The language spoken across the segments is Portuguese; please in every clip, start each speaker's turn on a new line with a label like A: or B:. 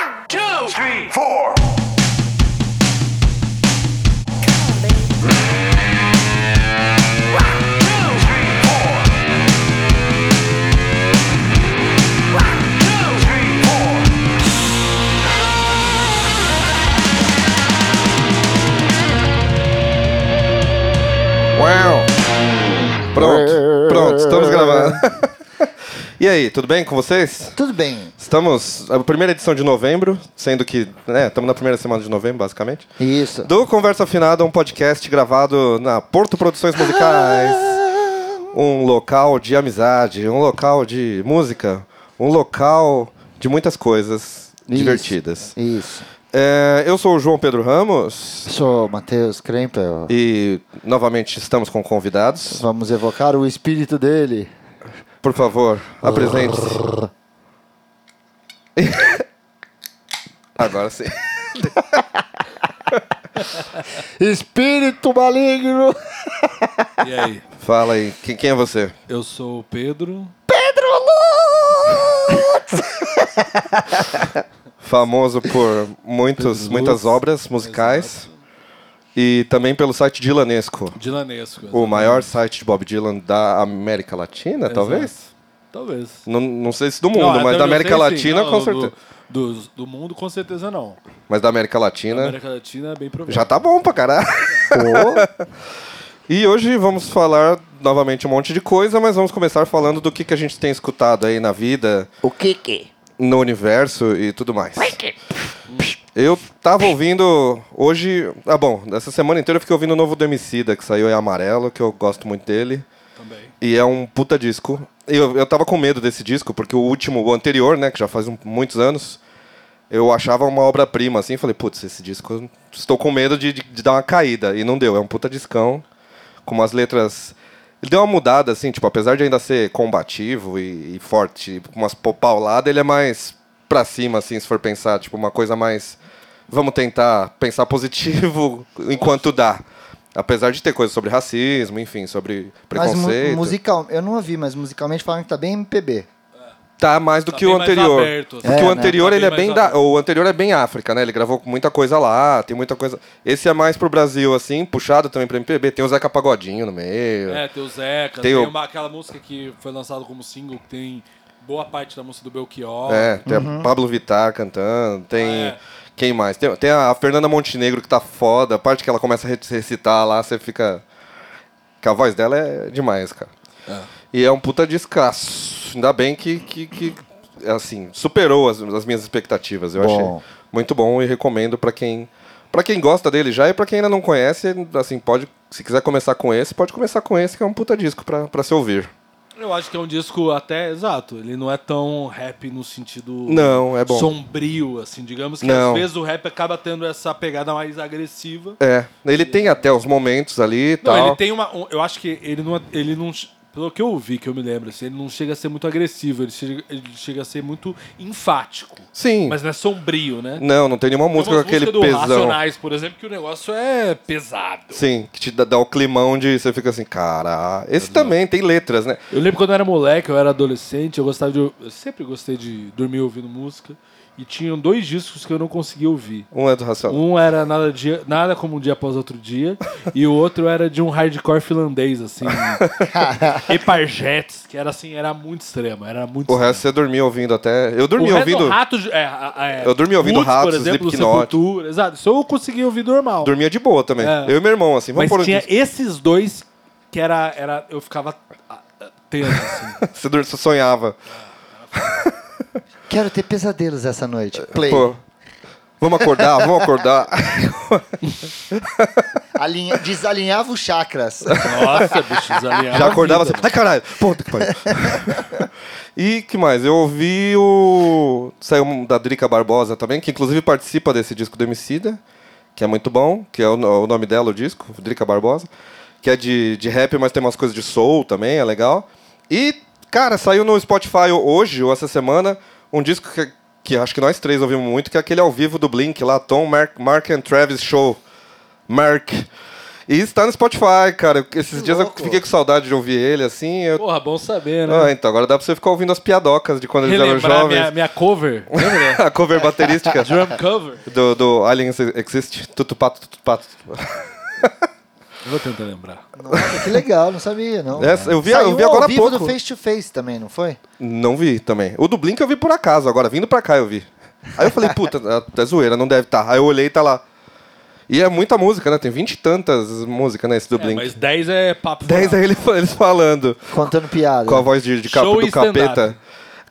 A: One, three, four.
B: Uau! Pronto, pronto, estamos gravando. e aí, tudo bem com vocês?
C: Tudo bem.
B: Estamos a primeira edição de novembro, sendo que, né, estamos na primeira semana de novembro, basicamente.
C: Isso.
B: Do Conversa Afinada, um podcast gravado na Porto Produções Musicais. Um local de amizade, um local de música, um local de muitas coisas
C: Isso.
B: divertidas.
C: Isso.
B: É, eu sou o João Pedro Ramos
C: Sou o Matheus Krempel.
B: e novamente estamos com convidados.
C: Vamos evocar o espírito dele.
B: Por favor, apresente-se. Agora sim.
C: Espírito maligno!
D: E aí?
B: Fala aí, quem, quem é você?
D: Eu sou o Pedro.
B: Famoso por muitos, muitas obras musicais e também pelo site Dylanesco,
D: Dilanesco.
B: o maior site de Bob Dylan da América Latina, talvez?
D: Talvez.
B: Não, não sei se do mundo,
D: Não,
B: mas da
D: eu não
B: América
D: sei se-
B: Latina,
D: não,
B: com
D: do-
B: certeza.
D: Do, do mundo, com certeza não.
B: Mas da América Latina,
D: América Latina é bem provável.
B: já tá bom pra caralho. E hoje vamos falar novamente um monte de coisa, mas vamos começar falando do que, que a gente tem escutado aí na vida,
C: O que que?
B: no universo e tudo mais. Eu tava ouvindo hoje. Ah, bom, essa semana inteira eu fiquei ouvindo o novo do Emicida, que saiu em amarelo, que eu gosto muito dele.
D: Também.
B: E é um puta disco. E Eu, eu tava com medo desse disco, porque o último, o anterior, né, que já faz um- muitos anos, eu achava uma obra-prima, assim. Falei, putz, esse disco, eu estou com medo de, de- de dar uma caída. E não deu, é um puta discão, com umas letras... Ele deu uma mudada, assim, tipo, apesar de ainda ser combativo e, e forte, com umas pau- pauladas, ele é mais pra cima, assim, se for pensar. Tipo, uma coisa mais... Vamos tentar pensar positivo enquanto dá. Apesar de ter coisas sobre racismo, enfim, sobre
C: Mas mu-
B: preconceito.
C: musical, eu não ouvi, mas musicalmente falam que tá bem MPB.
B: Tá mais do
D: Tá
B: que
D: bem
B: o
D: mais
B: anterior.
D: aberto, assim.
B: Porque
C: É,
B: o
C: né?
B: anterior,
D: Tá bem
B: ele é
D: mais
B: bem da,
D: aberto.
B: o anterior é bem África, né? Ele gravou com muita coisa lá, tem muita coisa. Esse é mais pro Brasil assim, puxado também pra MPB, tem o Zeca Pagodinho no meio.
D: É, tem o Zeca,
B: Tem
D: tem,
B: o-
D: uma- aquela música que foi lançada como single, que tem boa parte da música do Belchior.
B: É, tem a Pablo Vittar cantando, tem
D: Uhum. Ah, é.
B: quem mais? Tem, tem a Fernanda Montenegro que tá foda, a parte que ela começa a re- recitar lá, você fica que a voz dela é demais, cara. E é um puta descasso. Ainda bem que, que, que, assim, superou as, as minhas expectativas, eu
C: Bom.
B: achei. Muito bom e recomendo pra quem para quem gosta dele já e pra quem ainda não conhece, assim, pode, se quiser começar com esse, pode começar com esse que é um puta disco pra pra se ouvir.
D: Eu acho que é um disco até, exato, ele não é tão rap no sentido
B: Não, é bom.
D: sombrio, assim, digamos que
B: Não.
D: às vezes o rap acaba tendo essa pegada mais agressiva.
B: É, ele tem até os momentos ali e
D: Não,
B: tal.
D: ele tem uma. um- eu acho que ele não. Ele não che- pelo que eu ouvi, que eu me lembro, assim, ele não chega a ser muito agressivo, ele chega, ele chega a ser muito enfático.
B: Sim.
D: Mas não é sombrio, né?
B: Não, não tem nenhuma
D: Tem
B: música com
D: umas
B: aquele
D: músicas do
B: pesão.
D: Racionais, por exemplo, que o negócio é pesado.
B: Sim, que te dá, dá o climão de você fica assim, cara. Esse também tem letras, né?
D: Eu lembro quando eu era moleque, eu era adolescente, eu gostava de. Eu sempre gostei de dormir ouvindo música. E tinham dois discos que eu não conseguia ouvir.
B: Um é do Racional.
D: Um era nada, dia, nada como um dia após outro dia, e o outro era de um hardcore finlandês, assim. Eparjets, que era assim, era muito extremo, era muito
B: O
D: extremo.
B: resto você dormia ouvindo até. Eu dormi
D: o
B: ouvindo.
D: Resto, ratos, é, é,
B: Eu dormi ouvindo
D: Roots,
B: Ratos,
D: por exemplo,
B: Slipknot.
D: Sepultura, exato. Isso eu consegui ouvir normal.
B: Dormia de boa também.
D: É.
B: Eu e meu irmão, assim, vamos
D: Mas
B: pôr um
D: tinha
B: disco.
D: esses dois que era, era eu ficava ah, ah, tenso, assim.
B: Você dur- você sonhava.
C: Quero ter pesadelos essa noite. Play.
B: Pô, vamos acordar, vamos acordar.
C: Alinha- desalinhava os chakras.
D: Nossa, bicho, desalinhava.
B: Já acordava
D: a
B: assim.
D: vida,
B: Ai, caralho. Puta que pariu. E que mais? Eu ouvi o. Saiu um da Drica Barbosa também, que inclusive participa desse disco do Emicida, que é muito bom, que é o, no- o nome dela, o disco, Drica Barbosa, que é de, de rap, mas tem umas coisas de soul também, é legal. E, cara, saiu no Spotify hoje, ou essa semana, um disco que, que acho que nós três ouvimos muito, que é aquele ao vivo do Blink lá, Tom, Mark, Mark and Travis Show. Mark. E está no Spotify, cara. Esses
C: Que
B: dias
C: louco.
B: eu fiquei com saudade de ouvir ele, assim. eu-
D: Porra, bom saber, né?
B: Ah, então, agora dá pra você ficar ouvindo as piadocas de quando eles eram
D: Relembrar minha,
B: jovens.
D: minha cover. Lembra?
B: A cover baterística
D: Drum cover.
B: do, do Aliens Exist. Tutupato, tutupato.
D: Eu vou tentar lembrar.
C: Nossa, que legal, não sabia, não.
B: Essa, É, eu vi,
C: Saiu
B: eu vi agora
C: ao
B: há
C: vivo
B: pouco.
C: do Face to Face também, não foi?
B: Não vi também. O do Blink eu vi por acaso agora, vindo pra cá eu vi. Aí eu falei, puta, é zoeira, não deve estar. Aí eu olhei e tá lá. E é muita música, né? Tem vinte e tantas músicas, né? Esse do
D: É,
B: Blink.
D: mas 10 é papo.
B: 10
D: furado.
B: aí ele- eles falando.
C: Contando piada.
B: Com a voz de, de cap-
D: Show e
B: do
D: stand-up.
B: capeta.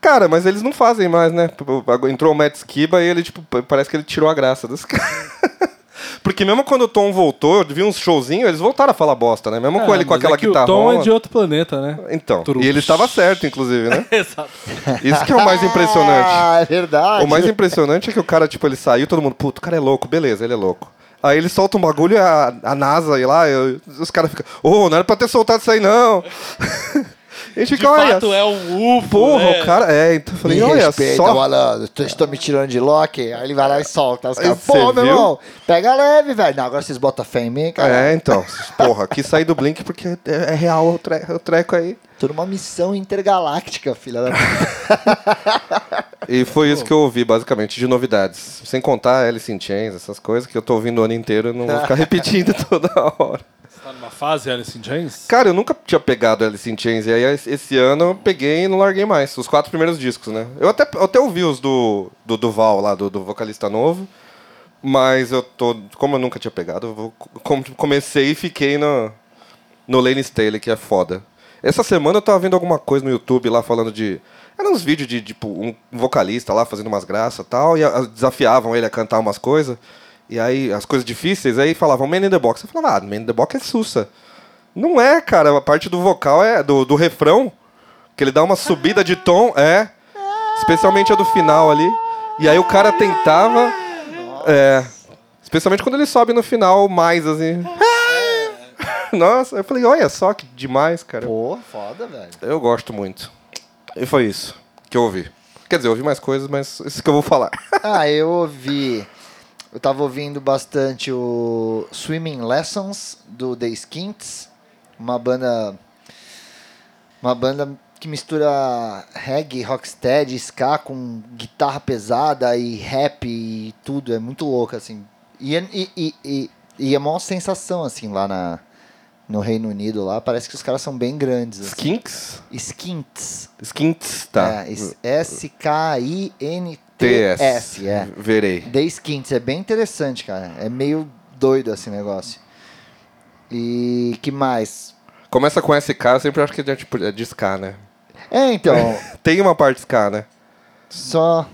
B: Cara, mas eles não fazem mais, né? Entrou o Matt Skiba e ele, tipo, p- parece que ele tirou a graça dos caras. Porque mesmo quando o Tom voltou, eu vi uns showzinhos, eles voltaram a falar bosta, né? Mesmo com
D: Ah,
B: ele com
D: mas
B: aquela
D: é que
B: guitarra.
D: O Tom é de outro planeta, né?
B: Então,
D: Truco.
B: e ele estava certo, inclusive, né?
D: Exato.
B: Isso que é o mais impressionante.
C: Ah, é verdade.
B: O mais impressionante é que o cara, tipo, ele saiu, todo mundo, puto, o cara é louco, beleza, ele é louco. Aí ele solta um bagulho e a, a NASA e lá, eu- os caras ficam, ô, não era pra ter soltado isso aí, não. a gente
D: De
B: fica, olha,
D: fato é um UFO.
B: porra,
D: né?
B: o cara, é, então eu
C: Me
B: falei, olha
C: respeita,
B: só.
C: malandro. Tu estou me tirando de Loki. Aí ele vai lá e solta. Os caras,
B: Aí
C: pô,
B: cê
C: meu
B: viu?
C: irmão, pega leve, velho. Não, agora vocês botam fé em mim, cara.
B: É, então, porra, quis sair do Blink porque é, é real o, tre- o treco aí.
C: Tô numa missão intergaláctica, filha da puta.
B: E foi isso que eu ouvi, basicamente, de novidades. Sem contar Alice in Chains, essas coisas que eu tô ouvindo o ano inteiro, eu não vou ficar repetindo toda hora.
D: Você tá numa fase, Alice in Chains?
B: Cara, eu nunca tinha pegado Alice in Chains, e aí es- esse ano eu peguei e não larguei mais. Os quatro primeiros discos, né? Eu até, eu até ouvi os do, do Duval lá, do, do vocalista novo, mas eu tô. Como eu nunca tinha pegado, eu vou- com- comecei e fiquei no, no Lane Staley, que é foda. Essa semana eu tava vendo alguma coisa no YouTube lá falando de. Eram uns vídeos de, tipo, um vocalista lá fazendo umas graças e tal, e a- desafiavam ele a cantar umas coisas. E aí, as coisas difíceis, aí falavam Man in the Box. Eu falava, ah, Man in the Box é sussa. Não é, cara. A parte do vocal é do, do refrão. Que ele dá uma subida de tom, é. Especialmente a do final ali. E aí o cara tentava. É. Especialmente quando ele sobe no final mais, assim. Nossa, eu falei, olha só que demais, cara.
C: Pô, foda, velho.
B: Eu gosto muito. E foi isso que eu ouvi. Quer dizer, eu ouvi mais coisas, mas isso que eu vou falar.
C: Ah, eu ouvi. Eu tava ouvindo bastante o Swimming Lessons do The Skints, uma banda uma banda que mistura reggae, rocksteady, ska com guitarra pesada e rap e tudo, é muito louco assim. E é, e, e, e, e é a maior sensação assim lá na no Reino Unido lá, parece que os caras são bem grandes. Assim.
B: Skinks?
C: Skints.
B: Skinks, tá.
C: É, es- S-K-I-N-T-S.
B: TS.
C: É.
B: Verei.
C: The Skins, é bem interessante, cara. É meio doido esse negócio. E que mais?
B: Começa com SK, eu sempre acho que é tipo, é de ska, né?
C: É, então,
B: Tem uma parte ska, né?
C: só.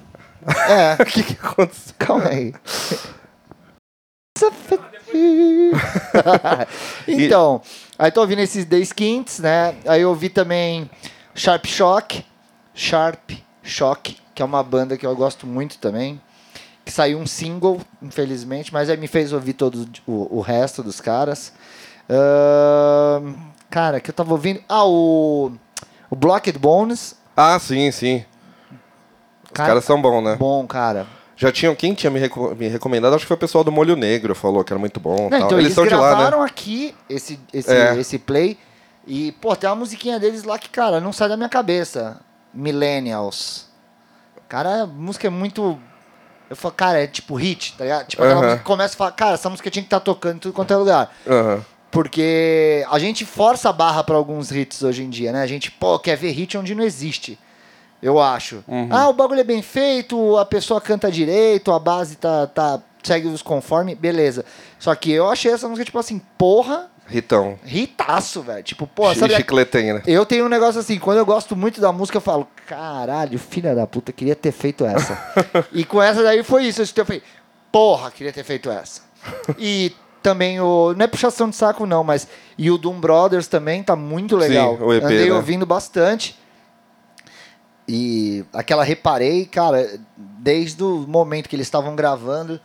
C: É,
B: O que, que aconteceu?
C: calma aí. então, aí tô ouvindo esses The Skins, né? Aí eu ouvi também Sharp Shock. Sharp Shock, que é uma banda que eu gosto muito também. Que saiu um single, infelizmente, mas aí me fez ouvir todo o, o resto dos caras. Ahn, cara, que eu tava ouvindo. Ah, o. O Blocked Bones.
B: Ah, sim, sim. Os
C: Cara-
B: caras são bons, né?
C: Bom, cara.
B: Já tinham. Quem tinha me, reco- me recomendado, acho que foi o pessoal do Molho Negro, falou que era muito bom. e
C: Não,
B: tal.
C: então,
B: eles,
C: eles,
B: são de lá, né?
C: gravaram aqui esse, esse,
B: É.
C: esse play. E, pô, tem uma musiquinha deles lá que, cara, não sai da minha cabeça. Millennials. Cara, a música é muito. Eu falo, cara, é tipo hit, tá ligado? Tipo, aquela
B: Aham.
C: música que começa a falar, cara, essa música tinha que estar tocando em tudo quanto é lugar.
B: Aham.
C: Porque a gente força a barra pra alguns hits hoje em dia, né? A gente, pô, quer ver hit onde não existe. Eu acho. Ah, o bagulho é bem feito, a pessoa canta direito, a base tá, tá segue os conforme, beleza. Só que eu achei essa música tipo assim, porra,
B: Ritão.
C: ritaço, velho. Tipo, pô,
B: Chi-
C: sabe?
B: chicletinho, né?
C: Eu tenho um negócio assim, quando eu gosto muito da música, eu falo, caralho, filha da puta, queria ter feito essa. e com essa daí foi isso. Eu escutei, eu falei, porra, queria ter feito essa. e também o. Não é puxação de saco, não, mas. E o Doom Brothers também tá muito legal.
B: Sim, o EP,
C: Andei
B: né?
C: ouvindo bastante. E aquela reparei, cara, desde o momento que eles estavam gravando,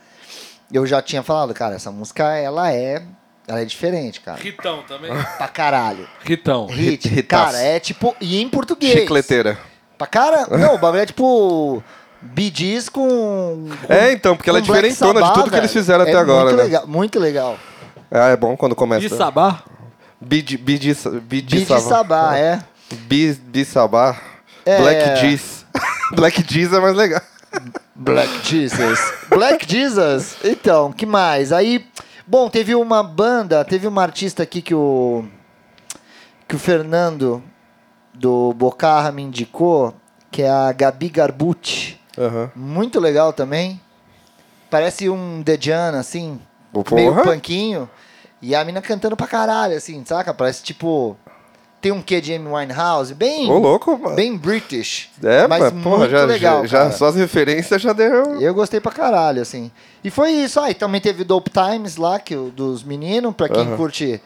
C: eu já tinha falado, cara, essa música ela é. Ela é diferente, cara.
D: Ritão também.
C: Pra caralho.
D: Ritão.
C: Hit,
B: Hit- hitaço.
C: cara, é tipo. E em português.
B: Chicleteira.
C: Pra caramba. Não, o bagulho é tipo. Bidis com, com.
B: É, então, porque ela é
C: com um Black
B: diferentona de
C: Sabbath,
B: tudo que eles
C: velho.
B: fizeram
C: É
B: até agora,
C: muito
B: né?
C: Legal, muito legal.
B: Ah, é bom quando começa.
D: De Sabá?
B: Bidi, bidi, bidi,
C: Bid Sabá, é.
B: Bi- Bissabá.
C: É.
B: Black Jeez. Black Jeez é mais legal.
C: Black Jesus. Black Jesus. Então, que mais? Aí, bom, teve uma banda, teve uma artista aqui que o que o Fernando do Bocarra me indicou, que é a Gabi Garbucci.
B: Aham.
C: Muito legal também. Parece um The Jan, assim,
B: Ô,
C: meio
B: porra.
C: panquinho. E a mina cantando pra caralho, assim, saca? Parece tipo tem um quê de Amy Winehouse, bem
B: Ô, louco, mano.
C: bem British.
B: é,
C: mas
B: mas, porra,
C: muito
B: já,
C: legal,
B: já, já
C: cara.
B: só as referências já deram.
C: E Eu gostei pra caralho, assim. E foi isso. Aí também teve o Dope Times lá, que o dos meninos, pra quem
B: Aham.
C: curte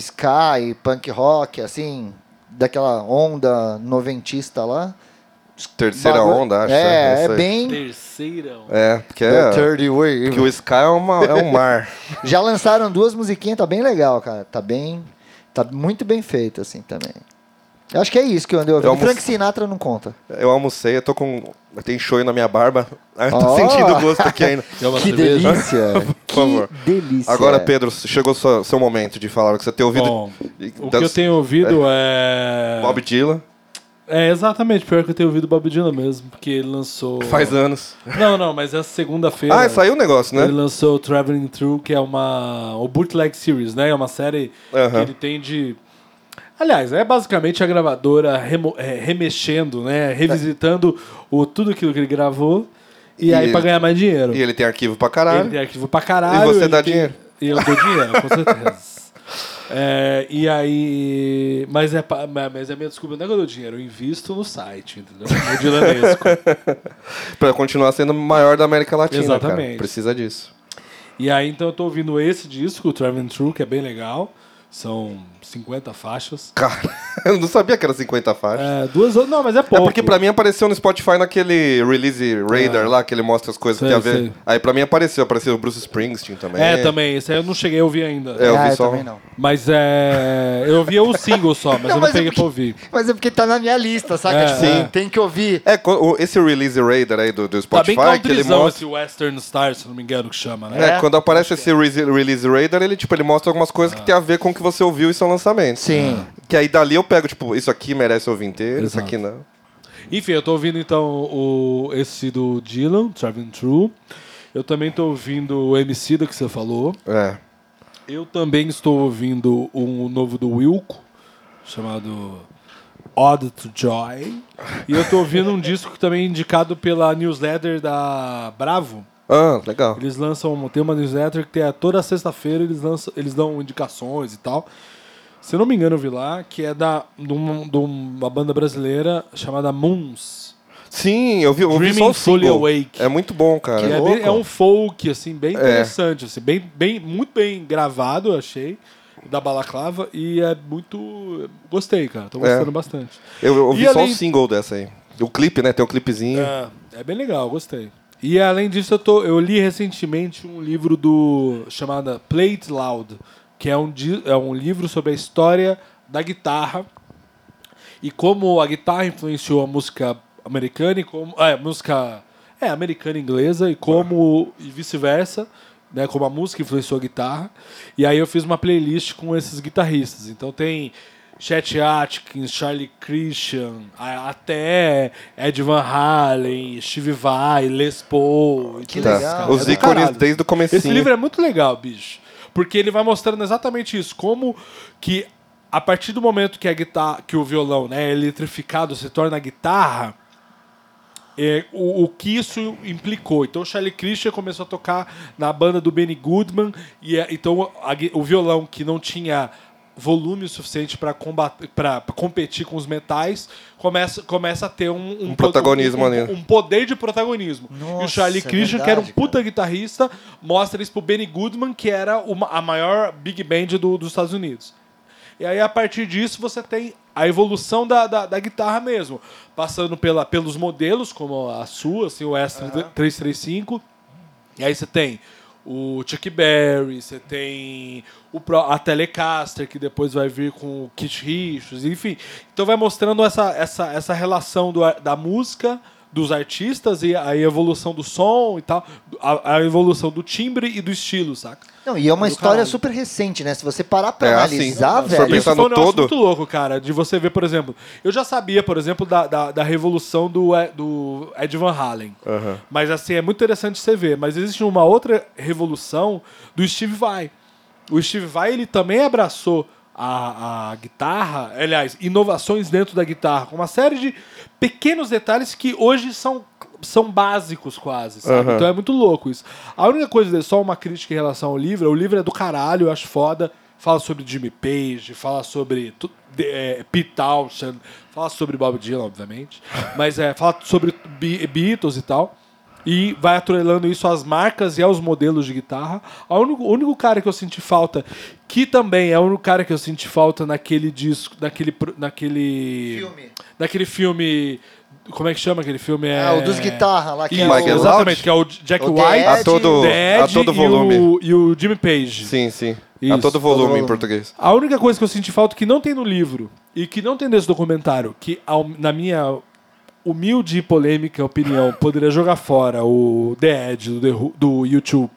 C: ska e punk rock, assim, daquela onda noventista lá.
B: Terceira
C: Bagulho-
B: onda, acho.
C: É, é
B: isso aí.
C: bem.
D: Terceira.
B: É, porque,
C: The
B: é,
C: Dirty Way.
B: porque o Sky é, uma, é um mar.
C: Já lançaram duas musiquinhas, tá bem legal, cara. Tá bem. Tá muito bem feito, assim, também. Eu acho que é isso que eu andei ouvindo.
B: Eu almoce-
C: Frank Sinatra não conta.
B: Eu almocei, eu tô com. Tem show na minha barba. Ah, eu tô
C: Ó.
B: sentindo o gosto aqui ainda.
D: É uma
C: que
D: cerveja?
C: delícia! que
B: favor.
C: delícia!
B: Agora, Pedro, chegou seu, seu momento de falar o que você tem ouvido.
D: Bom,
B: E-
D: o que
B: das-
D: eu tenho ouvido é...
B: Bob Dylan,
D: É, exatamente. Pior que eu tenho ouvido Bob Dylan mesmo, porque ele lançou...
B: faz anos.
D: Não, não, mas essa segunda-feira...
B: Ah, saiu o negócio, né?
D: é- Ele lançou o Traveling Through, que é uma. O Bootleg Series, né? É uma série que
B: Aham.
D: ele tem de. Aliás, é basicamente a gravadora remo- é, remexendo, né? Revisitando o, tudo aquilo que ele gravou. E,
B: E
D: aí, pra
B: ele-
D: ganhar mais dinheiro.
B: E ele tem arquivo pra
D: é- Ele
B: caralho.
D: tem arquivo pra caralho.
B: E você
D: ele
B: dá
D: tem-
B: dinheiro?
D: E eu dou dinheiro, com certeza. É, e aí. Mas é, pa- mas é minha desculpa, não é que eu dou dinheiro, eu invisto no site, entendeu? É No Dilanesco.
B: Pra continuar sendo o maior da América Latina,
D: é- Exatamente.
B: cara. Precisa disso.
D: E aí, então, eu tô ouvindo esse disco, o Traveling True, que é bem legal. São 50 faixas.
B: Cara, eu não sabia que era 50 faixas.
D: É, duas horas. Não, mas é
B: É
D: pouco.
B: porque pra mim apareceu no Spotify naquele release radar lá, que ele mostra as coisas
D: É. Sei,
B: que tem a ver.
D: sei.
B: Aí pra mim apareceu, apareceu o Bruce Springsteen também.
D: É, também. Esse aí eu não cheguei a ouvir ainda.
B: É, eu
C: ah,
B: vi
C: eu
B: só.
C: também não.
D: Mas é. Eu ouvia o single só, mas eu não
C: mas é
D: peguei
C: porque-
D: pra ouvir.
C: Mas é porque tá na minha lista, saca?
D: É,
C: tipo,
D: sim.
C: tem que ouvir.
B: É, co- o- esse release radar aí do, do
D: Tá bem
B: Spotify, que ele
D: countryzão
B: mostra.
D: esse Western Star, se não me engano, que chama, né?
B: É,
C: É.
B: quando aparece esse release- release radar, ele, tipo, ele mostra algumas
D: Ah.
B: coisas que tem a ver com o que você ouviu e são lançamentos.
C: Sim.
B: Ah. Que aí dali eu pego, tipo, isso aqui merece ouvir inteiro, isso
D: Exato.
B: aqui não.
D: Enfim, eu tô ouvindo então o, esse do Dylan, Traveling True. Eu também tô ouvindo o MC da que você falou.
B: É.
D: Eu também estou ouvindo um novo do Wilco, chamado Odd to Joy. E eu estou ouvindo um disco que também é indicado pela newsletter da Bravo.
B: Ah, legal.
D: Eles lançam, uma- tem uma newsletter que tem a- toda sexta-feira, eles, lançam- eles dão indicações e tal. Se eu não me engano, eu vi lá, que é da, de, um- de uma banda brasileira chamada Moons.
B: Sim, eu vi, eu vi só
D: Dreaming
B: o single.
D: Fully Awake.
B: É muito bom, cara.
D: Que é,
B: louco. É.
D: bem- é um folk, assim, bem interessante, assim, bem, bem, muito bem gravado, eu achei, da balaclava, e é muito... Gostei, cara, tô gostando
B: É.
D: bastante.
B: Eu, eu vi
D: E
B: só
D: além-
B: o single dessa aí. O clipe, né? Tem um clipezinho.
D: É, é bem legal, gostei. E além disso, eu, tô, eu li recentemente um livro do chamado Play It Loud, que é um, di- é um livro sobre a história da guitarra e como a guitarra influenciou a música americana e como é, música é americana e inglesa e como e vice-versa, né, como a música influenciou a guitarra. E aí eu fiz uma playlist com esses guitarristas. Então tem Chet Atkins, Charlie Christian, a- até Ed Van Halen, Steve Vai, Les Paul. e
C: Que
D: tudo isso,
C: legal.
D: cara.
B: Os
D: É do
B: ícones
D: caralho.
B: desde o comecinho.
D: Esse livro é muito legal, bicho. Porque ele vai mostrando exatamente isso. Como que a partir do momento que a guitarra, que o violão né, é eletrificado se torna a guitarra, é, o, o que isso implicou. Então o Charlie Christian começou a tocar na banda do Benny Goodman, e é, então a gui- o violão que não tinha volume suficiente para competir com os metais começa, começa a ter um, um pro-
B: protagonismo
D: um-
B: ali.
D: um poder de protagonismo. e o
C: Nossa,
D: Charlie
C: é
D: Christian, que era um
C: verdade,
D: puta guitarrista, mostra isso pro Benny Goodman, que era uma- a maior big band do- dos Estados Unidos. E aí, a partir disso, você tem a evolução da, da, da guitarra mesmo. Passando pela, pelos modelos, como a sua, assim, o S335. E aí você tem o Chuck Berry, você tem o, pró- a Telecaster, que depois vai vir com o Kit Richards, enfim. Então vai mostrando essa, essa, essa relação do ar- da música, dos artistas e a evolução do som e tal, a, a evolução do timbre e do estilo, saca?
C: Não, e é uma
D: Do
C: história
D: caralho.
C: super recente, né? Se você parar pra
B: É, assim.
C: analisar,
B: Se for
C: velho.
B: pensar
D: Isso foi um
B: no
D: negócio
B: todo?
D: muito louco, cara, de você ver, por exemplo, eu já sabia, por exemplo, da, da, da revolução do, E- do Ed Van Halen.
B: Aham.
D: Mas assim, é muito interessante você ver. Mas existe uma outra revolução do Steve Vai. O Steve Vai, ele também abraçou a, a guitarra, aliás, inovações dentro da guitarra, com uma série de pequenos detalhes que hoje são, são básicos quase, sabe?
B: Aham.
D: Então é muito louco isso. A única coisa, dele, só uma crítica em relação ao livro, é o livro é do caralho, eu acho foda. Fala sobre Jimmy Page, fala sobre tu- de- é, Pete Townshend, fala sobre Bob Dylan, obviamente, mas é, fala sobre Be- Beatles e tal. E vai atrelando isso às marcas e aos modelos de guitarra. A único- O único, cara que eu senti falta, que também é o único cara que eu senti falta naquele disco, naquele. pro- naquele
C: Filme.
D: Naquele filme. Como é que chama aquele filme? É,
C: Ah, o dos guitarra lá, que é
D: Isso,
B: Michael
C: o...
B: Jackson.
D: Exatamente, que é o Jack
C: O The
D: White.
C: Ed,
B: A todo,
D: The Ed
B: a todo
D: E
B: volume.
D: o, e o Jimmy Page.
B: Sim, sim.
D: Isso,
B: a todo volume,
C: volume.
B: em português.
D: A única coisa que eu senti falta que não tem no livro e que não tem nesse documentário, que ao- na minha humilde e polêmica opinião poderia jogar fora o The Edge do, The Who- do YouTube,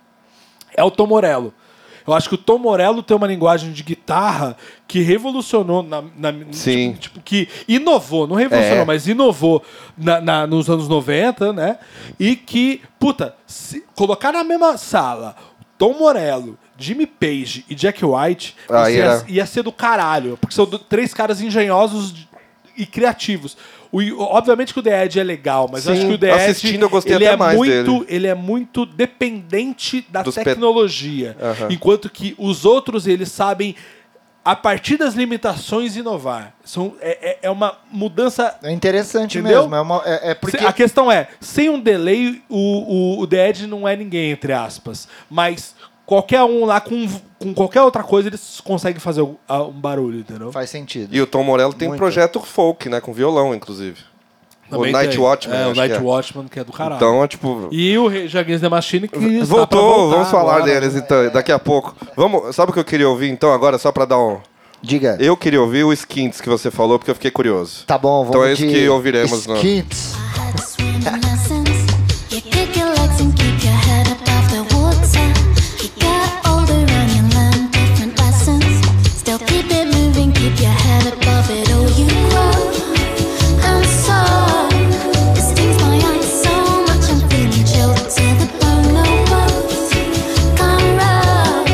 D: é o Tom Morello. Eu acho que o Tom Morello tem uma linguagem de guitarra que revolucionou na, na-
B: Sim.
D: tipo, tipo, que inovou, não revolucionou,
B: É.
D: mas inovou na- na- nos anos 90, né? E que, puta, se colocar na mesma sala Tom Morello, Jimmy Page e Jack White
B: Ah,
D: ia,
B: era.
D: ia ser do caralho, porque são do- três caras engenhosos de- e criativos. O- e, obviamente que o The Edge é legal, mas eu
B: Sim,
D: acho que o The Edge
B: assistindo eu gostei
D: ele
B: até
D: é
B: mais
D: muito,
B: dele.
D: ele é muito dependente da
B: Dos pe-
D: tecnologia,
B: Aham.
D: enquanto que os outros eles sabem a partir das limitações inovar. São, é, é- é uma mudança.
C: É interessante
D: Entendeu?
C: mesmo. É, uma- é- é porque.
D: A questão é, sem um delay, o, o, o The Edge não é ninguém, entre aspas. Mas qualquer um lá, com, com qualquer outra coisa, eles conseguem fazer um, ah, um barulho, entendeu?
C: Faz sentido.
B: E o Tom Morello tem um
C: Muito.
B: projeto folk, né? Com violão, inclusive.
D: Também
B: o Night
D: tem.
B: Watchman,
D: É,
B: acho
D: o Night
B: que é.
D: Watchman, que é do caralho.
B: Então, é tipo.
D: E o Re- Jaguinhos da Machine que está pra
B: Voltou,
D: voltar
B: vamos falar
D: agora,
B: deles
D: né?
B: então, daqui a pouco. Vamos, sabe o que eu queria ouvir então agora, só pra dar um.
C: Diga.
B: Eu queria ouvir o Skins que você falou, porque eu fiquei curioso.
C: Tá bom, vamos
B: Então é isso
C: de
B: que ouviremos, né?
C: Skits.
A: had swimming lessons. You kick your legs and keep your head above the water. You got older and you learned different lessons. Still keep it moving, keep your head above it. Oh, you grow. I'm sorry. This stings my eyes so much. I'm feeling chilled to the bone. No bones gone wrong.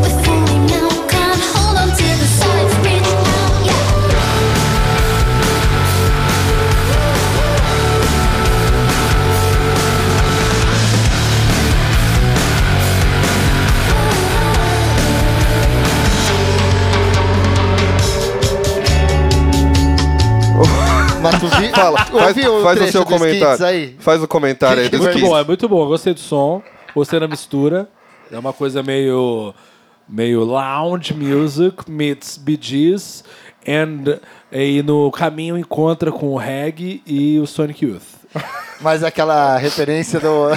A: We're falling now, can't hold on to the sides. Reach out, yeah.
C: Mas tu vi,
B: Fala, faz,
C: ouviu
B: faz o
C: trecho
B: seu
C: do Skits
B: comentário.
C: aí?
B: Faz o comentário aí do
D: Muito
B: Skins.
D: bom, é muito bom. Gostei do som, gostei da mistura. É uma coisa meio meio lounge music meets Bee Gees and e no caminho encontra com o reggae e o Sonic Youth.
C: Mas aquela referência do.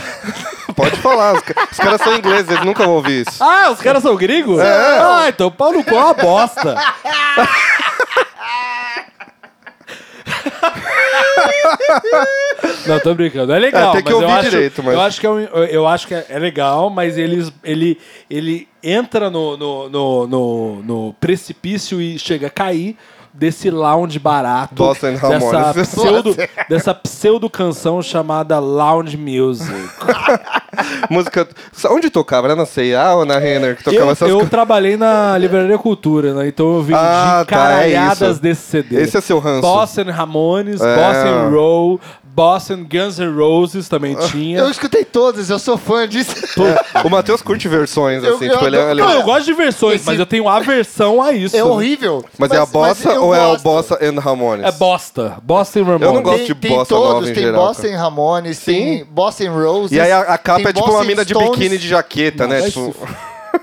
B: Pode falar, os, ca- os caras são ingleses, eles nunca vão ouvir isso.
D: Ah, os caras são gringos? É. Ah, então o pau no cu é uma bosta. Não, tô brincando. É legal,
B: É, tem que
D: mas, eu
B: ouvir
D: acho,
B: direito, mas-
D: eu acho que é, um- eu acho que é, é legal, mas eles, ele, ele entra no, no, no, no- no precipício e chega a cair desse lounge barato,
B: Bossa and
D: dessa
B: Ramones.
D: pseudo, dessa pseudo canção chamada lounge music.
B: Música. Onde tocava? Era na CIA ou na Renner que tocava
D: eu,
B: essas
D: eu
B: coisas?
D: trabalharia na Livraria Cultura, né? Então eu vendi
B: Ah, tá, é
D: caralhadas
B: isso.
D: desse CD.
B: Esse é seu ranço.
D: Boston Ramones,
B: É.
D: Boston Roll, Boston Guns N' Roses também tinha.
C: Eu escutei todos, eu sou fã disso.
B: O Matheus curte versões,
C: Eu-
B: assim,
C: eu
B: tipo, ele, é-
C: adoro-
B: ele-
D: Não, eu gosto de versões,
C: Esse-
D: mas eu tenho aversão a isso.
C: É horrível.
B: Mas, é a bossa
C: eu
B: ou é o
C: gosto.
B: bossa and Ramones?
D: É bosta. Boston Ramones.
B: Eu não gosto. de bossa nova em
C: tem
B: geral,
C: Bossa
B: cara.
C: em Ramones,
B: Sim.
C: tem Bossa em Roses.
B: E aí a, a capa
C: tem
B: é tipo
C: Bossa
B: uma
C: em
B: mina de
C: Stones,
B: biquíni de jaqueta, né?
D: Vai
B: Tipo,
D: se